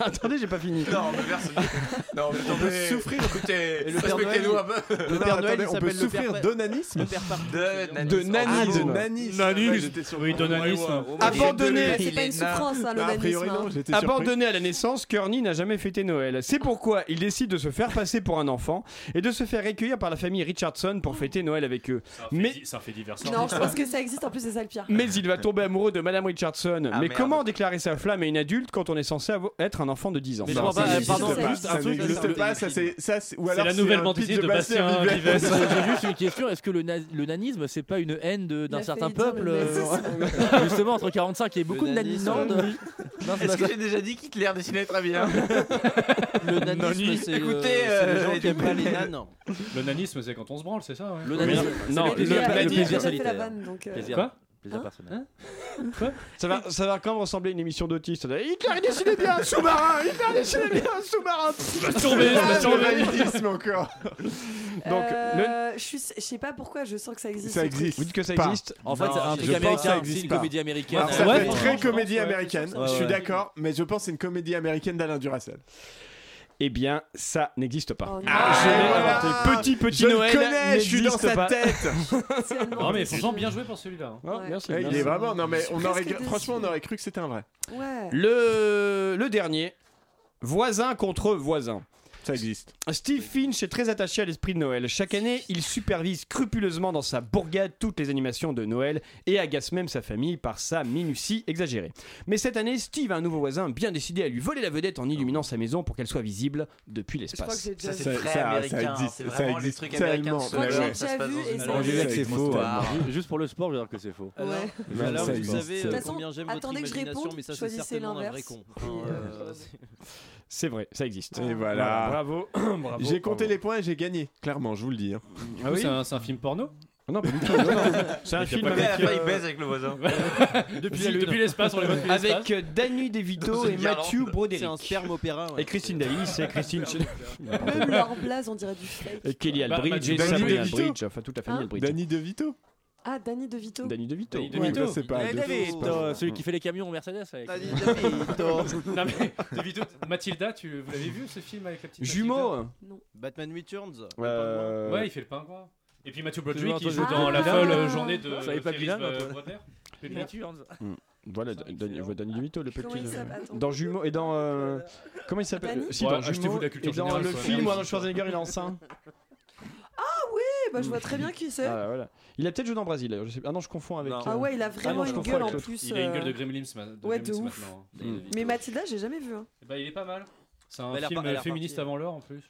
S3: Attendez, j'ai pas fini.
S5: Non, mais personne. Non, mais on peut souffrir. Écoutez,
S6: le Père
S5: respectez-nous un peu.
S6: Le
S1: Non,
S6: Père Noël, Ah,
S1: attendez,
S6: il
S1: on peut
S6: s'appelle le Père
S1: souffrir d'onanisme.
S6: Père Parfait.
S5: De
S3: De
S1: de
S3: nanisme.
S1: nanisme.
S19: Nanisme.
S1: Ouais, j'étais sur-
S19: Oui, Donanisme.
S3: Abandonné.
S2: C'est pas une souffrance, hein,
S1: Bah, A priori non,
S2: l'onanisme.
S1: j'étais
S3: Ah,
S1: surpris.
S3: Abandonné à la naissance, Kearney n'a jamais fêté Noël. C'est pourquoi il décide de se faire passer pour un enfant et de se faire recueillir par la famille Richardson pour fêter Noël avec eux. Mais-
S19: Mais ça fait divers.
S2: hein. Non, je pense que ça existe, en plus c'est ça le pire.
S3: Mais il va tomber amoureux de Madame Richardson.
S5: Ah,
S3: Mais
S5: merde.
S3: comment déclarer sa flamme à une adulte quand on est censé avo- être un enfant de 10 ans
S6: Mais je
S1: Non,
S6: comprends
S1: ça
S6: pas, euh,
S1: n'existe
S6: pardon,
S1: pas,
S6: juste un
S1: ça
S6: truc, le-
S1: n'existe pas, ça c'est ça c'est- ou alors
S19: la nouvelle
S1: un
S19: bande
S1: pitch
S19: dessinée de Bastien
S1: Vives.
S19: Vives.
S6: J'ai juste une question est-ce que le, na- le nanisme, c'est pas une haine de-
S2: Il
S6: d'un
S2: a
S6: certain
S2: failli dire
S6: peuple
S2: le
S6: euh, Justement, entre 45 et beaucoup de
S8: nanisme.
S6: nanisande. Non, c'est pas
S5: Est-ce que
S6: ça.
S5: j'ai déjà dit qu'Hitler dessinait très bien
S12: Ah,
S6: Le nanisme, c'est euh,
S5: Écoutez,
S6: c'est les
S5: euh,
S6: gens qui aiment pas les nanes.
S19: Le nanisme, c'est quand on se branle, c'est ça ouais.
S6: Le
S3: Mais-
S6: nanisme.
S3: non,
S6: c'est
S3: le-
S2: J'ai-
S3: le
S2: j'ai
S3: plaisir
S2: déjà fait
S6: solitaire.
S2: la vanne, donc, euh,
S6: Plaisir.
S19: Quoi
S6: Plaisir
S2: Hein
S6: personnel.
S3: Ça va, ça va quand même ressembler à une émission d'autiste. Hitler il dessinait bien un sous-marin Hitler dessinait bien un sous-marin
S19: Masturbé,
S1: Ah, le
S19: masturbé.
S1: validisme encore.
S3: Donc,
S2: euh, je suis- je sais pas pourquoi je sens que ça existe.
S1: Ça
S2: ce truc.
S1: existe.
S3: Vous dites que ça
S1: Pas.
S3: existe
S6: En fait,
S1: Non,
S6: c'est un truc
S1: je pense que ça
S6: américain, c'est
S1: existe
S6: une
S1: pas.
S6: comédie américaine. euh,
S1: Alors, ça
S19: Ouais,
S1: fait
S19: franchement,
S1: très
S19: je pense,
S1: comédie
S19: ouais,
S1: américaine,
S6: ouais,
S1: je suis
S6: ouais.
S1: d'accord, mais je pense que c'est une comédie américaine d'Alain Duracell.
S3: Eh bien, ça n'existe pas.
S2: Oh non.
S1: Ah,
S3: je l'ai
S1: voilà.
S3: inventé. Petit, petit
S1: je le
S3: Noël
S1: connais, je suis dans
S3: n'existe
S1: sa
S3: pas.
S1: tête.
S2: Potentiellement.
S19: Non, mais franchement, bien joué pour celui-là. hein.
S3: Ah,
S2: Ouais.
S3: merci,
S1: Ouais, Eh, il
S3: merci.
S1: est vraiment non mais on
S2: presque
S1: aurait
S2: déçue.
S1: franchement on aurait cru que c'était un vrai.
S2: Ouais.
S3: Le, le dernier, voisin contre voisin.
S1: Ça existe.
S3: Steve Finch est très attaché à l'esprit de Noël. Chaque année, il supervise scrupuleusement dans sa bourgade toutes les animations de Noël et agace même sa famille par sa minutie exagérée. Mais cette année, Steve a un nouveau voisin bien décidé à lui voler la vedette en illuminant sa maison pour qu'elle soit visible depuis l'espace.
S5: Ça, c'est
S1: Ça-
S5: très
S1: ça- ça
S5: américain. hein.
S1: existe-
S5: c'est
S1: ça
S5: vraiment les
S1: existe
S5: trucs américains de
S1: tellement.
S5: Noël,
S1: Ouais, ouais.
S5: ça se passe dans une-
S7: Alors, je dirais que c'est faux. hein.
S5: Ah.
S7: ouais. Juste pour le sport, je veux dire que c'est faux.
S2: Ouais.
S7: Mais alors,
S1: ça
S7: vous
S1: existe.
S7: savez,
S2: De
S7: euh,
S2: toute façon,
S7: combien j'aime votre
S2: attendez que je
S7: imagination,
S2: réponde,
S7: mais ça, c'est
S2: choisissez
S7: certainement un vrai
S2: l'inverse.
S7: con.
S2: Puis, euh,
S3: C'est vrai, ça existe.
S1: Et voilà.
S3: Bravo. bravo,
S1: J'ai compté
S3: bravo.
S1: les points et j'ai gagné, clairement, je vous le dis. hein.
S3: Ah oui
S19: C'est un, c'est un film porno
S3: Non, pas du tout. C'est
S19: Il y
S3: un
S19: a
S3: film
S19: pas
S3: avec.
S5: que- Il
S3: euh,
S5: baise avec le voisin.
S3: Depuis
S19: Si,
S3: la lune.
S19: depuis l'espace, on les voit depuis
S3: Avec
S19: l'espace.
S3: euh, Danu
S19: Dans
S3: DeVito
S19: une
S3: et
S19: guirlande.
S3: Mathieu Broderick.
S6: C'est un sperme opéra. ouais.
S3: Et Christine Davis et Christine.
S2: Même leur blaze, on dirait du fake.
S3: et Kelly
S19: Bah,
S3: Albridge
S19: Matthew
S3: et
S1: Danu
S3: Sabrina
S1: DeVito.
S3: Albridge. Enfin, toute la famille
S2: Hein
S3: Albridge.
S1: Danny DeVito
S2: Ah, Danny DeVito.
S3: Danny DeVito.
S19: Danny
S1: Ouais,
S19: DeVito.
S1: bah, c'est pas
S7: Eh,
S5: Ah,
S1: deux
S7: David,
S1: fois, c'est pas- Mm.
S7: euh, celui qui fait les camions Mercedes avec.
S19: Non, mais, de Vito- Mathilda, tu, vous l'avez vu ce film avec la petite
S3: Jumeaux.
S19: Mathilda
S3: hein.
S6: Batman Returns.
S3: Euh,
S19: Ouais, il fait le pingouin. Et puis Mathieu
S7: Toujours
S19: Broderick qui
S7: entendu.
S19: joue dans
S2: Ah.
S19: La folle euh, journée de.
S7: Ça savait pas
S19: Ferris,
S7: bilingue,
S19: euh,
S7: toi.
S19: Brodner. Butler.
S7: Returns.
S3: Voilà, Danny ouais, Danny DeVito, le
S2: Comment
S3: petit.
S2: il
S3: euh,
S2: s'appelle Attends.
S3: Dans Jumeaux et dans. euh, Comment il s'appelle
S2: Danny
S3: Si,
S19: Ouais,
S3: dans
S19: achetez-vous
S3: Jumeaux.
S19: de la culture
S3: Et dans
S19: générale,
S3: le
S19: quoi.
S3: film où
S19: Ouais.
S3: Arnold Schwarzenegger hein. il est enceint.
S2: Eh ben, je vois très bien qui c'est.
S3: Ah, voilà. Il a peut-être joué dans Brésil. d'ailleurs, je sais- Ah non, je confonds avec.
S7: Non.
S3: euh,
S2: Ah ouais, il a
S3: non,
S2: vraiment
S3: je
S2: une
S3: confonds
S2: gueule en
S3: avec l'autre.
S2: plus.
S19: Il a une
S2: euh,
S19: gueule de Gremlins, ma- de
S2: ouais, de
S19: Gremlins
S2: ouf.
S19: maintenant. hein.
S3: Mm.
S2: Mais Mathilda, j'ai jamais vu. hein.
S19: Et Bah, il est pas mal. C'est un
S7: Mais elle a
S19: film
S7: pas- elle a
S19: féministe
S7: parti.
S19: avant
S3: euh.
S19: l'heure en plus.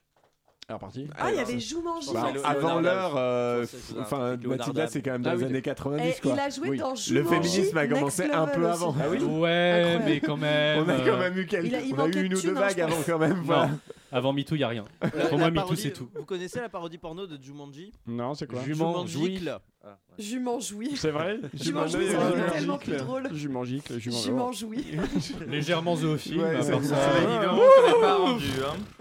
S3: Alors, parti.
S2: Ah, il y avait Jumanji.
S1: Bah,
S7: C'est
S1: avant
S7: Leonardo.
S1: l'heure, euh,
S7: Je pense que c'est un
S1: enfin,
S7: truc Leonardo.
S1: Mathilda, c'est quand même dans
S3: Ah
S1: les
S3: oui,
S1: années 90.
S2: Et
S1: quoi.
S2: Eh, il a joué
S1: Oui.
S2: dans
S1: Le
S2: Jumanji,
S1: féminisme a
S2: Next
S1: commencé un
S2: Level
S1: peu
S2: aussi.
S1: avant.
S3: Ah oui
S19: Ouais,
S2: Incroyable.
S19: mais quand
S3: Eh
S19: même.
S3: ben,
S1: On a
S19: euh,
S1: quand même eu quelques.
S2: il a- il
S1: on a
S2: manquait
S1: eu une
S2: de
S1: ou deux
S2: thunes, hein,
S1: vagues
S2: je
S1: avant
S2: pense.
S1: quand même. voilà.
S19: Non, avant MeToo, il a rien.
S6: Euh, La-
S19: Pour
S6: la
S19: moi, MeToo,
S6: parodie-
S19: c'est tout.
S6: Vous connaissez la parodie porno de Jumanji
S3: Non, c'est quoi
S6: Jumanji.
S2: Jumanji.
S3: C'est vrai
S2: Jumanji,
S1: Jumanji,
S2: c'est
S1: Jumanji,
S2: tellement plus
S1: Claire.
S2: drôle.
S3: Jumanji, que Jumanji.
S2: Jumanji.
S19: Légèrement zoophile.
S1: Ouais,
S19: à
S1: c'est-
S19: part
S1: c'est-
S19: ça.
S5: Évidemment, on n'est pas rendu.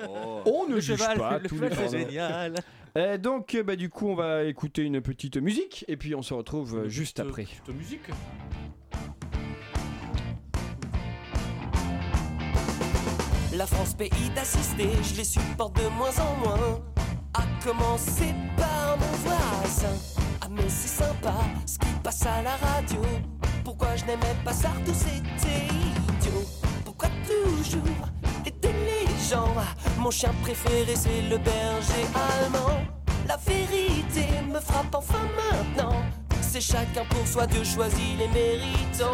S5: hein.
S1: Oh.
S3: On ne
S6: Le
S3: juge
S6: cheval,
S3: pas
S6: le
S3: tous
S6: cheval,
S3: les
S6: c'est
S3: pornos.
S6: génial.
S3: Euh, donc, euh, bah, du coup, on va écouter une petite musique et puis on se retrouve euh, juste
S19: Petite-
S3: après.
S19: petite musique.
S12: La France pays d'assister, je les supporte de moins en moins. À commencer par mon voisin. Ah mais c'est sympa ce qui passe à la radio. Pourquoi je n'aimais pas ça tout c'était idiot. Pourquoi toujours étonner les gens Ah, Mon chien préféré c'est le berger allemand. La vérité me frappe enfin maintenant. C'est chacun pour soi, Dieu choisit les méritants.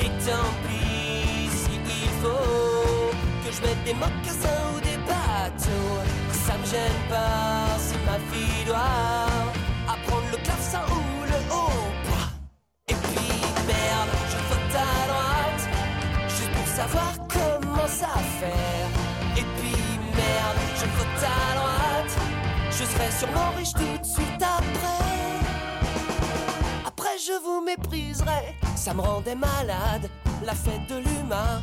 S12: Et tant pis s'il faut que je mette des mocassins ou des bateaux. Ça me gêne pas si ma fille doit apprendre le clavecin ou le hautbois. Et puis merde, je vote à droite juste pour savoir comment ça faire. Et puis merde, je vote à droite. Je serai sûrement riche tout de suite après. Après je vous mépriserai, ça me rendait malade, la fête de l'humain.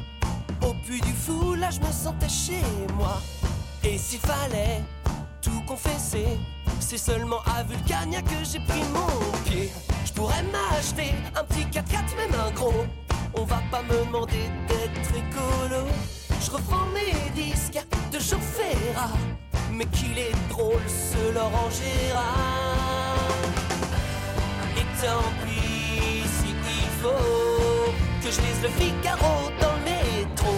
S12: Au puits du fou, là je me sentais chez moi. Et s'il fallait tout confesser, c'est seulement à Vulcania que j'ai pris mon pied. Je pourrais m'acheter un petit 4x4, même un gros. On va pas me demander d'être écolo. Je reprends mes disques de Jean Ferrat, mais qu'il est drôle ce Laurent Gérard. Et tant pis si il faut que je lise le Figaro dans le métro.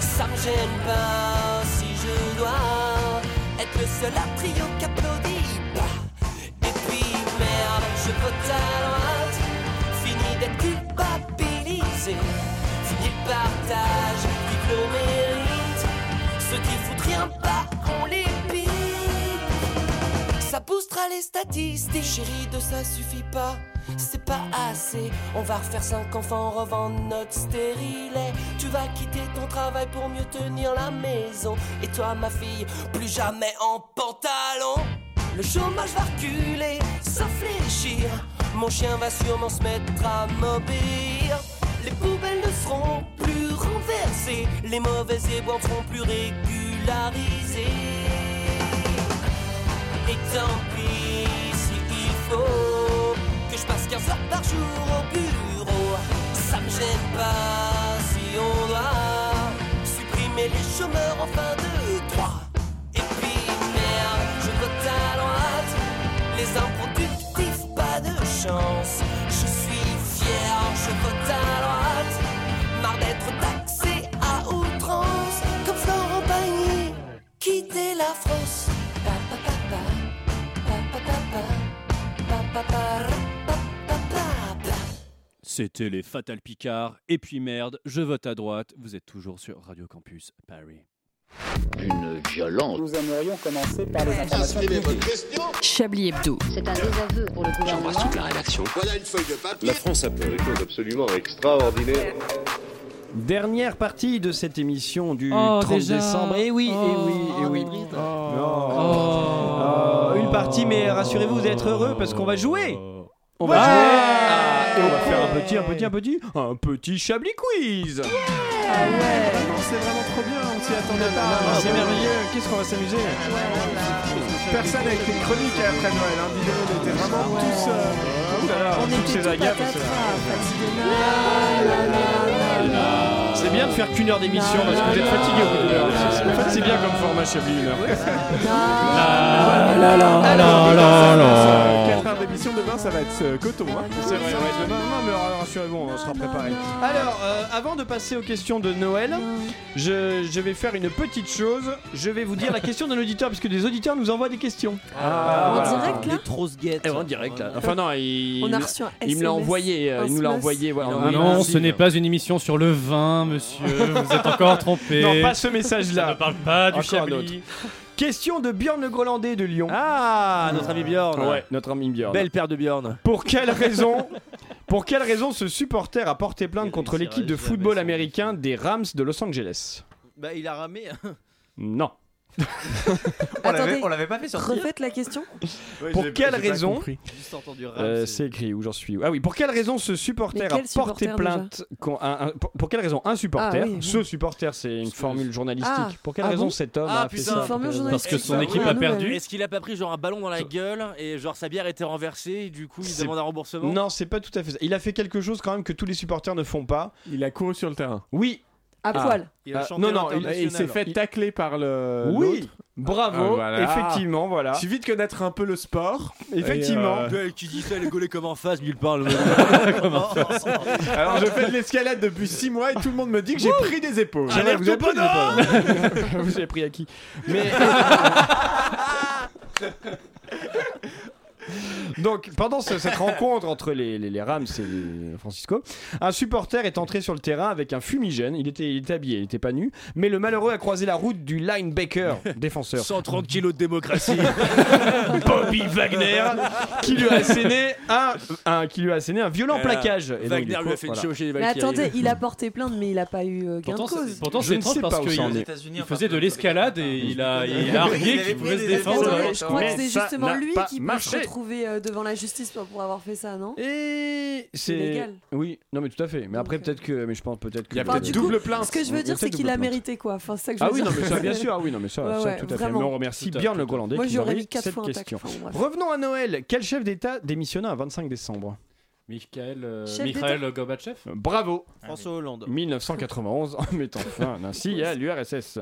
S12: Ça me gêne pas si je dois être le seul à trio qu'applaudit pas. Et puis merde, je vote à droite. Fini d'être culpabilisé. Fini le partage, vive le mérite. Ceux qui foutent rien pas, on les pique. Ça boostera les statistiques, chérie, de ça suffit pas. C'est pas assez, on va refaire cinq enfants, revendre notre stérilet. Tu vas quitter ton travail pour mieux tenir la maison. Et toi, ma fille, plus jamais en pantalon. Le chômage va reculer, sans fléchir. Mon chien va sûrement se mettre à m'obéir. Les poubelles ne seront plus renversées, les mauvais éboueurs seront plus régularisés. Et tant pis s'il faut que je passe 15 heures par jour au bureau. Ça me gêne pas si on doit supprimer les chômeurs en fin de droit. Et puis merde, je vote à droite. Les improductifs, pas de chance. Je suis fier, je vote à droite. Marre d'être taxé à outrance, comme Florent Pagny France. Pa, pa, pa, pa. Pa, pa, pa, pa. Pa, pa, pa, ra, pa, pa, pa, pa.
S19: C'était les Fatal Picard, et puis merde, je vote à droite, vous êtes toujours sur Radio Campus Paris.
S10: Une violence.
S13: Nous aimerions commencer par les informations
S10: Inscrivez votre
S13: publiques.
S10: question.
S17: Chablis Hebdo.
S14: C'est un désaveu pour le gouvernement.
S10: la rédaction. Voilà une feuille de papier.
S15: La France a fait des choses absolument extraordinaires.
S3: Dernière partie de cette émission du
S25: Oh,
S3: 30
S25: déjà.
S3: décembre.
S6: eh
S3: Et oui,
S6: Oh,
S3: et oui, et oui. Non. Oh, Une partie, mais rassurez-vous, vous êtes heureux parce qu'on va jouer. On va jouer. Et on va faire un petit, un petit, un petit, un petit Chablis quiz.
S1: Non, c'est vraiment trop bien, on s'y attendait
S3: Ah,
S1: pas.
S3: c'est merveilleux. Qu'est-ce qu'on va s'amuser
S1: Personne n'a écrit de chronique après Noël, hein, dis-le, on était vraiment tous. euh,
S2: On
S3: tous
S2: était hein,
S3: ces
S2: tout
S3: agapes,
S2: patatras,
S3: c'est-
S2: fatigués. La, la, la, la, la.
S3: C'est bien de faire qu'une heure d'émission parce que vous êtes fatigué au bout d'une heure. Ah, C'est-
S19: Ah.
S3: c'est- En fait, c'est bien comme format Chablis une heure.
S19: Ah
S1: La la
S3: la la la.
S1: 4 heures d'émission demain, ça va être euh, coton. hein.
S3: C'est vrai, ouais, demain, non, mais
S1: euh,
S3: rassurez-vous, on sera préparé. Alors, euh, avant de passer aux questions de Noël, je, je vais faire une petite chose. Je vais vous dire la question d'un auditeur, puisque des auditeurs nous envoient des questions.
S1: Ah,
S2: En direct, là
S8: Les trosses guettes.
S3: Eh, en direct, là. Enfin, non, il,
S2: On a reçu un
S3: il me l'a
S2: SMS,
S3: envoyé. euh,
S2: un
S3: il nous l'a
S2: SMS.
S3: envoyé. voilà,
S19: Ah
S3: on-
S19: non, ce n'est pas une émission sur le vin, monsieur. Vous êtes encore trompé.
S3: Non, pas ce message-là.
S19: Ça ne parle pas du
S3: Encore un autre.
S19: Chablis.
S3: Question de Bjorn le Grolandais de Lyon.
S8: Ah, notre ami Bjorn.
S3: Ouais, notre ami Bjorn. Ben,
S8: Belle paire de Bjorn.
S3: Pour quelle raison Pour quelle raison ce supporter a porté plainte contre l'équipe de football américain des Rams de Los Angeles
S6: Bah, il a ramé.
S3: Non.
S5: On
S2: Attendez.
S5: l'avait- on l'avait pas fait sortir.
S2: Refaites la question.
S3: Pour quelle raison
S6: Juste entendu rame.
S3: Euh,
S6: c'est-
S3: C'est écrit où j'en suis. Ah oui. Pour quelle raison ce supporter
S2: Mais
S3: a
S2: quel
S3: porté
S2: supporter,
S3: plainte qu'on- un- un- pour, pour quelle raison un supporter
S2: Ah oui, oui.
S3: Ce supporter, c'est une formule journalistique.
S2: Ah,
S3: pour quelle
S2: ah
S3: raison
S2: bon
S3: cet homme
S6: Ah,
S3: a fait
S6: putain,
S3: ça euh,
S2: une formule
S3: peut-être
S2: journalistique.
S19: Parce que son
S2: Ah,
S19: équipe
S2: oui,
S19: a
S2: non,
S19: perdu.
S2: mais-
S6: Est-ce qu'il a pas pris genre un ballon dans la gueule et genre sa bière était renversée et du coup il
S3: C'est-
S6: demande un remboursement
S3: Non, c'est pas tout à fait ça. Il a fait quelque chose quand même que tous les supporters ne font pas.
S1: Il a couru sur le terrain.
S3: Oui,
S2: À
S3: Ah.
S2: poil.
S6: Il a
S3: Ah,
S6: chanté
S3: non, non,
S1: Il, il s'est
S6: l'international.
S1: fait tacler par
S2: Euh,
S1: le.
S3: oui,
S1: Ah,
S3: bravo,
S1: voilà.
S3: effectivement, voilà.
S1: l'autre. Suffit de connaître un peu le sport.
S3: Effectivement.
S1: Et, euh,
S6: Ouais, Qui dit ça, les gaulé comme en face, nulle part le
S1: Alors je fais de l'escalade depuis 6 mois et tout le monde me dit que j'ai pris des
S6: Ah,
S1: épaules.
S3: J'aimerais que Ah, vous avez pris
S6: oh
S3: des épaules. Vous avez pris à qui Mais. Donc, pendant ce- cette rencontre entre les, les- les Rams et les Francisco, un supporter est entré sur le terrain avec un fumigène. Il était, il était habillé, il n'était pas nu. Mais le malheureux a croisé la route du linebacker, défenseur,
S6: 130 kilos de démocratie.
S3: Bobby Wagner, qui lui a asséné un, un- qui lui a asséné un violent
S6: Voilà.
S3: plaquage. Et donc, du
S6: Wagner
S3: coup,
S6: lui a fait une
S3: voilà.
S6: show chez les
S2: Mais
S6: Valkyries.
S2: attendez, il a porté plainte, mais il a pas eu euh, gain
S19: Pourtant,
S2: de cause.
S19: c'est- pourtant,
S3: Je
S19: c'est
S3: ne
S19: étrange
S3: sais
S19: parce
S3: pas où ça en
S19: qu'il
S3: est.
S5: États-Unis,
S19: il
S5: enfin,
S19: faisait de
S5: plutôt
S19: l'escalade
S5: des-
S19: et il a,
S5: Il
S19: il a
S5: avait
S19: argué
S5: pris
S19: qu'il pouvait
S5: des
S19: se
S5: défenses.
S2: Attends,
S19: défendre.
S2: mais je crois que
S3: Mais
S2: c'est
S3: ça
S2: justement
S3: n'a
S2: lui
S3: pas
S2: qui peut se
S3: marché.
S2: retrouver euh, devant la justice pour avoir fait ça, non
S3: Et
S2: C'est
S3: c'est
S2: légal.
S3: oui, non mais tout à fait. Mais après
S2: Donc, euh,
S3: peut-être que, mais je pense peut-être que
S1: Il y a
S2: Enfin,
S1: peut-être
S2: du
S1: double
S2: Ce
S1: plainte.
S2: que je
S3: Il y
S2: veux
S3: a
S2: dire, c'est
S3: peut-être
S2: qu'il a
S3: double plainte.
S2: mérité, quoi. Enfin, c'est ça que je
S3: Ah
S2: veux
S3: oui, non
S2: dire.
S3: mais ça bien sûr, ah oui non mais ça,
S2: Ouais,
S3: ça
S2: ouais,
S3: tout à fait.
S2: vraiment.
S3: Mais on remercie
S19: Tout à-
S3: bien
S19: tout
S3: le
S19: à-
S3: Grolandais
S2: Moi,
S3: qui nous
S2: j'aurais
S3: a
S2: mis 4
S3: cette
S2: fois un tac.
S3: question.
S2: Enfin, bref.
S3: Revenons à Noël. Quel chef d'État démissionna un 25 décembre
S19: Michael, euh,
S2: Chef
S19: Michael Gorbatchev
S3: Euh, Bravo,
S6: François Hollande.
S3: 1991 en mettant fin ainsi à l'URSS.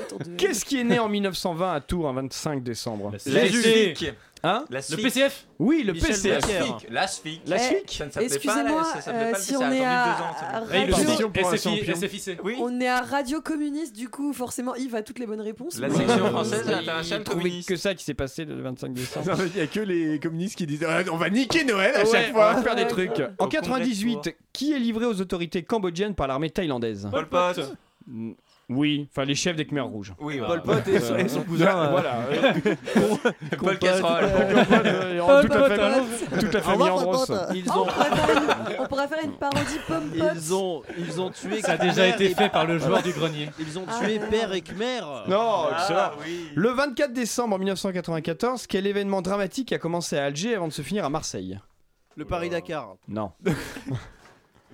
S2: Attends, deux-
S3: Qu'est-ce qui est né en 1920 à Tours un 25 décembre
S5: La
S19: Jésus.
S5: SFIC.
S3: Hein
S5: La
S19: Le
S5: SFIC.
S19: PCF
S3: Oui, le
S6: Michel
S5: La
S3: PCF.
S6: Drucker.
S5: SFIC. La SFIC.
S3: La
S2: Eh,
S3: SFIC.
S5: Ça ne s'appelait pas,
S2: Excusez-moi,
S5: ça- ça s'appelait
S2: euh,
S5: pas,
S2: si
S5: ça
S2: on
S5: a
S2: est
S5: attendu
S2: à
S5: deux ans, ça
S2: à
S5: s'appelait.
S19: Et il
S2: Radio-
S1: Pardon.
S19: le
S1: SFI,
S19: SFI, SFIC.
S5: Oui.
S2: on est à Radio Communiste, du coup, forcément, Yves a toutes les bonnes réponses.
S5: La
S2: Mais-
S5: section française
S3: Il
S5: de l'international
S3: trouvait
S5: communiste.
S3: que ça qui s'est passé le 25 décembre.
S1: Non, mais Il y a que les communistes qui disent Ah, on va niquer Noël à
S3: Ouais,
S1: chaque
S3: on
S1: fois.
S3: va faire des trucs. En
S5: Au Congrès de
S3: 98,
S5: Tours.
S3: qui est livré aux autorités cambodgiennes par l'armée thaïlandaise
S5: Pol Pot.
S3: Mm, Oui, enfin les chefs des Khmers rouges.
S5: Oui,
S6: Pol
S5: voilà.
S6: Pot et son, et son cousin.
S3: Voilà.
S5: Ah. Paul Casserole.
S3: Tout à fait. Toute la
S6: euh,
S3: famille Andros.
S6: Ils
S2: Oh, on,
S6: ont,
S2: pourrait faire une, on pourrait faire une parodie pomme
S6: ils ont, ils ont tué.
S19: Ça a déjà
S6: Khmer
S19: été
S6: et-
S19: fait par le joueur du grenier.
S6: Ils ont
S2: Ah,
S6: tué
S2: merde.
S6: père et Khmer.
S3: Non,
S5: Ah
S3: excellent.
S5: oui.
S3: Le 24 décembre 1994, quel événement dramatique a commencé à Alger avant de se finir à Marseille
S6: Le Paris Dakar.
S3: Non.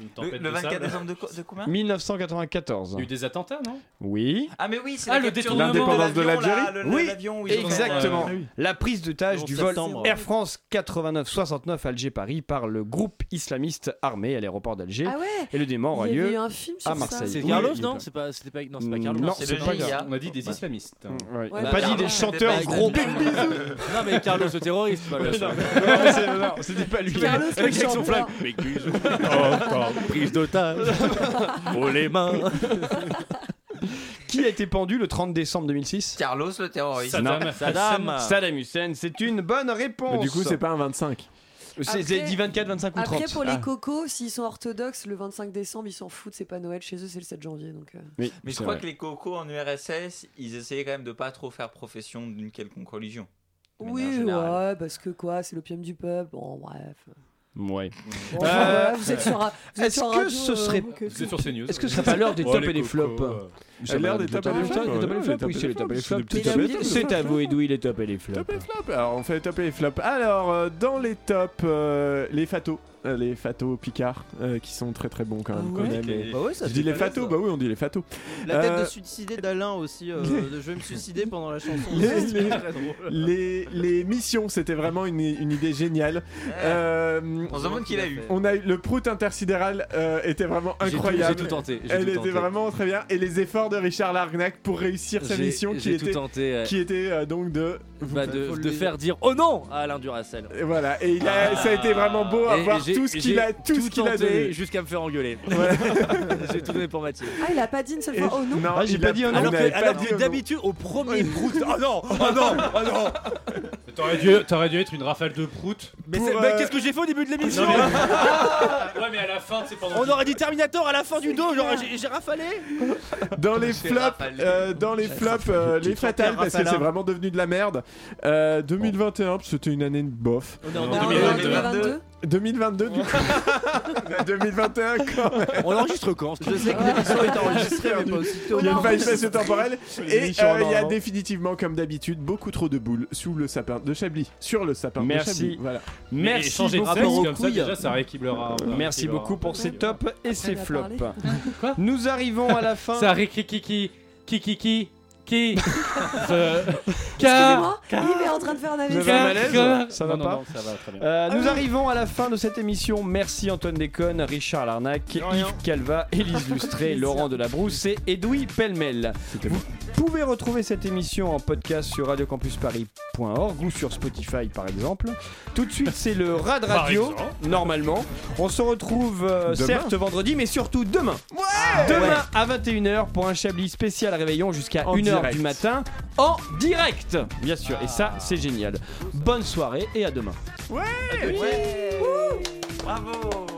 S19: Une
S5: Le,
S19: tempête
S5: le
S19: de
S5: 24
S19: sable.
S5: décembre de, co- de combien
S3: 1994.
S19: Il y a eu des attentats, non
S3: Oui.
S5: Ah mais oui, c'est
S19: Ah,
S5: la
S19: le
S5: capture
S19: détournement.
S5: de
S1: L'indépendance de
S5: l'avion,
S1: l'Algérie.
S5: là, le- le-
S3: Oui,
S5: l'avion où ils ont fait,
S3: Exactement.
S5: euh,
S3: La prise d'otage
S6: Le
S3: du
S6: 11
S3: vol
S6: septembre.
S3: Air France 89-69 Alger-Paris par le groupe islamiste armé à l'aéroport d'Alger
S2: Ah ouais
S3: et le dément aura
S2: Il y a eu
S3: lieu.
S2: un film sur
S3: à Marseille.
S6: C'est
S3: Oui,
S6: Carlos,
S3: il
S6: non
S3: peut.
S6: C'est pas, c'était pas, non, c'est pas
S3: Mm,
S6: Carlos.
S3: non,
S5: c'est
S3: c'est
S5: le
S3: pas
S5: GIA.
S3: grave.
S19: On a dit des islamistes. hein.
S3: Ouais,
S2: Ouais,
S3: on a
S2: bah,
S3: pas dit
S2: Carlos,
S3: des
S5: c'était
S3: chanteurs
S5: pas
S3: gros.
S5: Big
S6: Non, mais Carlos, le terroriste. pas le-
S3: Non, c'était pas lui.
S2: Carlos, le chanteur.
S6: Big bisous. Prise d'otage. Oh les mains.
S3: Qui a été pendu le 30 décembre 2006
S5: Carlos le terroriste.
S3: Saddam.
S5: Non.
S3: Saddam. Saddam Hussein, c'est une bonne réponse.
S1: Mais du coup, c'est pas un 25.
S3: C'est c'est dit 24, 25 ou 30.
S2: Après, pour les
S3: Ah.
S2: cocos, s'ils sont orthodoxes, le 25 décembre, ils s'en foutent, c'est pas Noël. Chez eux, c'est le 7 janvier. Donc, euh.
S3: Oui,
S5: Mais je
S3: c'est
S5: crois
S3: vrai.
S5: que les cocos en URSS, ils essayaient quand même de pas trop faire profession d'une quelconque religion. de manière
S2: Oui,
S5: générale.
S2: ouais, parce que quoi, c'est l'opium du peuple. Bon, bref. Bon,
S3: Ouais. Euh,
S2: voilà, vous êtes sur, ra- vous êtes
S3: Est-ce
S2: sur
S3: que
S2: radio,
S3: ce
S2: euh,
S3: serait
S2: donc, euh,
S3: Est-ce
S19: sur CNews.
S3: que ce serait pas l'heure des
S19: Ouais,
S3: tops
S19: les
S3: et des
S19: cocos,
S3: flops
S19: euh.
S1: C'est l'heure des tops et des flops,
S3: Les tops
S1: ouais,
S3: et les flops, oui, c'est les tops et les flops.
S1: C'est des petits
S3: C'est à vous, Edoui, les tops et les
S1: Top
S3: flops.
S1: et flop. Alors on fait top et flop. Alors euh, dans les tops, euh, les fatos. Euh, Les fatos Picard euh, qui sont très très bons quand même.
S6: Ah
S1: qu'on
S6: ouais
S1: aime. Et-
S6: Bah ouais, ça
S1: je
S6: fait
S1: dis les
S6: pas l'air,
S1: fatos,
S6: ça.
S1: bah oui on dit les fatos.
S6: La tête
S1: Euh,
S6: de suicidé d'Alain aussi, euh, de je vais me suicider pendant la chanson.
S1: Les-
S6: C'est
S1: les-
S6: très drôle.
S1: les, les missions, c'était vraiment une, une idée géniale. Euh,
S5: On se demande qui l'a eu.
S1: On a eu le prout intersidéral euh, était vraiment
S5: J'ai tout-
S1: incroyable.
S5: j'ai tout tenté, j'ai
S1: Elle
S5: tout
S1: était
S5: tenté.
S1: vraiment très bien. Et les efforts de Richard Larnac pour réussir sa
S8: J'ai-
S1: mission, qui
S8: j'ai tout
S1: était,
S8: tenté, ouais.
S1: qui était euh, donc de vous-
S8: Bah, de,
S1: faut le
S8: de
S1: dire.
S8: faire dire oh non à Alain Duracel.
S1: Et voilà. Et il a- ça a été vraiment beau à
S8: Et-
S1: voir
S8: et j'ai-
S1: tout ce qu'il
S8: j'ai
S1: a, tout ce qu'il a
S8: tenté
S1: donné.
S8: jusqu'à me faire engueuler. j'ai tout donné pour Mathieu.
S2: Ah, il a pas dit une seule fois. Oh non.
S1: Non,
S8: Ah, j'ai
S1: il
S8: pas
S1: a-
S8: dit un
S1: on
S8: nom. Alors que-
S1: n'avait pas
S8: alors
S1: dit
S8: que
S1: un nom.
S8: d'habitude, au premier prout, oh non, oh non, oh non.
S19: T'aurais dû, t'aurais dû être une rafale de prout.
S8: Mais,
S1: Pour,
S8: c'est- mais
S1: euh,
S8: qu'est-ce que j'ai fait au début de l'émission
S19: Non, mais- Ouais, mais à la fin, c'est pendant.
S8: On aurait dit Terminator à la fin du dos,
S2: hein.
S8: genre j'ai j'ai rafalé.
S1: dans les
S5: J'ai
S1: flops,
S5: rafalé.
S1: euh, dans les flops, euh, les fatales parce que
S8: rafala.
S1: c'est vraiment devenu de la merde. Euh, 2021, parce que c'était une année de bof.
S8: On est en
S19: Non,
S8: 2022.
S2: 2022.
S1: 2022 du coup. 2021 quand même.
S8: On enregistre quand
S6: Je sais que l'émission est enregistrée, mais pas aussitôt.
S1: Il y a une faille spatio temporelle et
S8: émissions en
S1: euh, il y a
S8: avant.
S1: définitivement comme d'habitude beaucoup trop de boules sous le sapin de Chablis, sur le sapin
S3: Merci.
S1: de Chablis. Voilà.
S19: Merci.
S3: Merci
S19: Changer de
S3: beaucoup.
S19: sexe
S8: aux
S19: comme ça,
S8: couilles.
S19: déjà, ça rééquilibrera.
S3: Merci beaucoup pour ces tops et ces
S2: il a
S3: flops.
S2: parlé.
S3: Nous arrivons à la fin.
S19: Ça rééquilibrera. Qui, qui, qui, qui
S2: Excusez-moi, il est en train de faire un AVC.
S1: Vous avez un malaise
S3: Ça va
S19: Non, non,
S3: pas
S19: non, Ça va très bien.
S3: Euh, nous arrivons à la fin de cette émission. Merci Antoine Déconne, Richard Larnac, Yves Calva, Élise Lustré, Laurent Delabrousse et Edoui Pellemel.
S1: C'était
S3: Vous pouvez retrouver cette émission en podcast sur radiocampusparis.org ou sur Spotify par exemple. Tout de suite, c'est le Rad
S19: Par
S3: Radio,
S19: exemple.
S3: normalement. On se retrouve euh,
S1: Demain.
S3: certes vendredi, mais surtout demain. demain à 21h pour un Chablis spécial réveillon jusqu'à
S1: En
S3: 1h
S1: direct.
S3: du matin en direct, bien sûr. Et ça, c'est génial. Bonne soirée et à demain.
S5: Bravo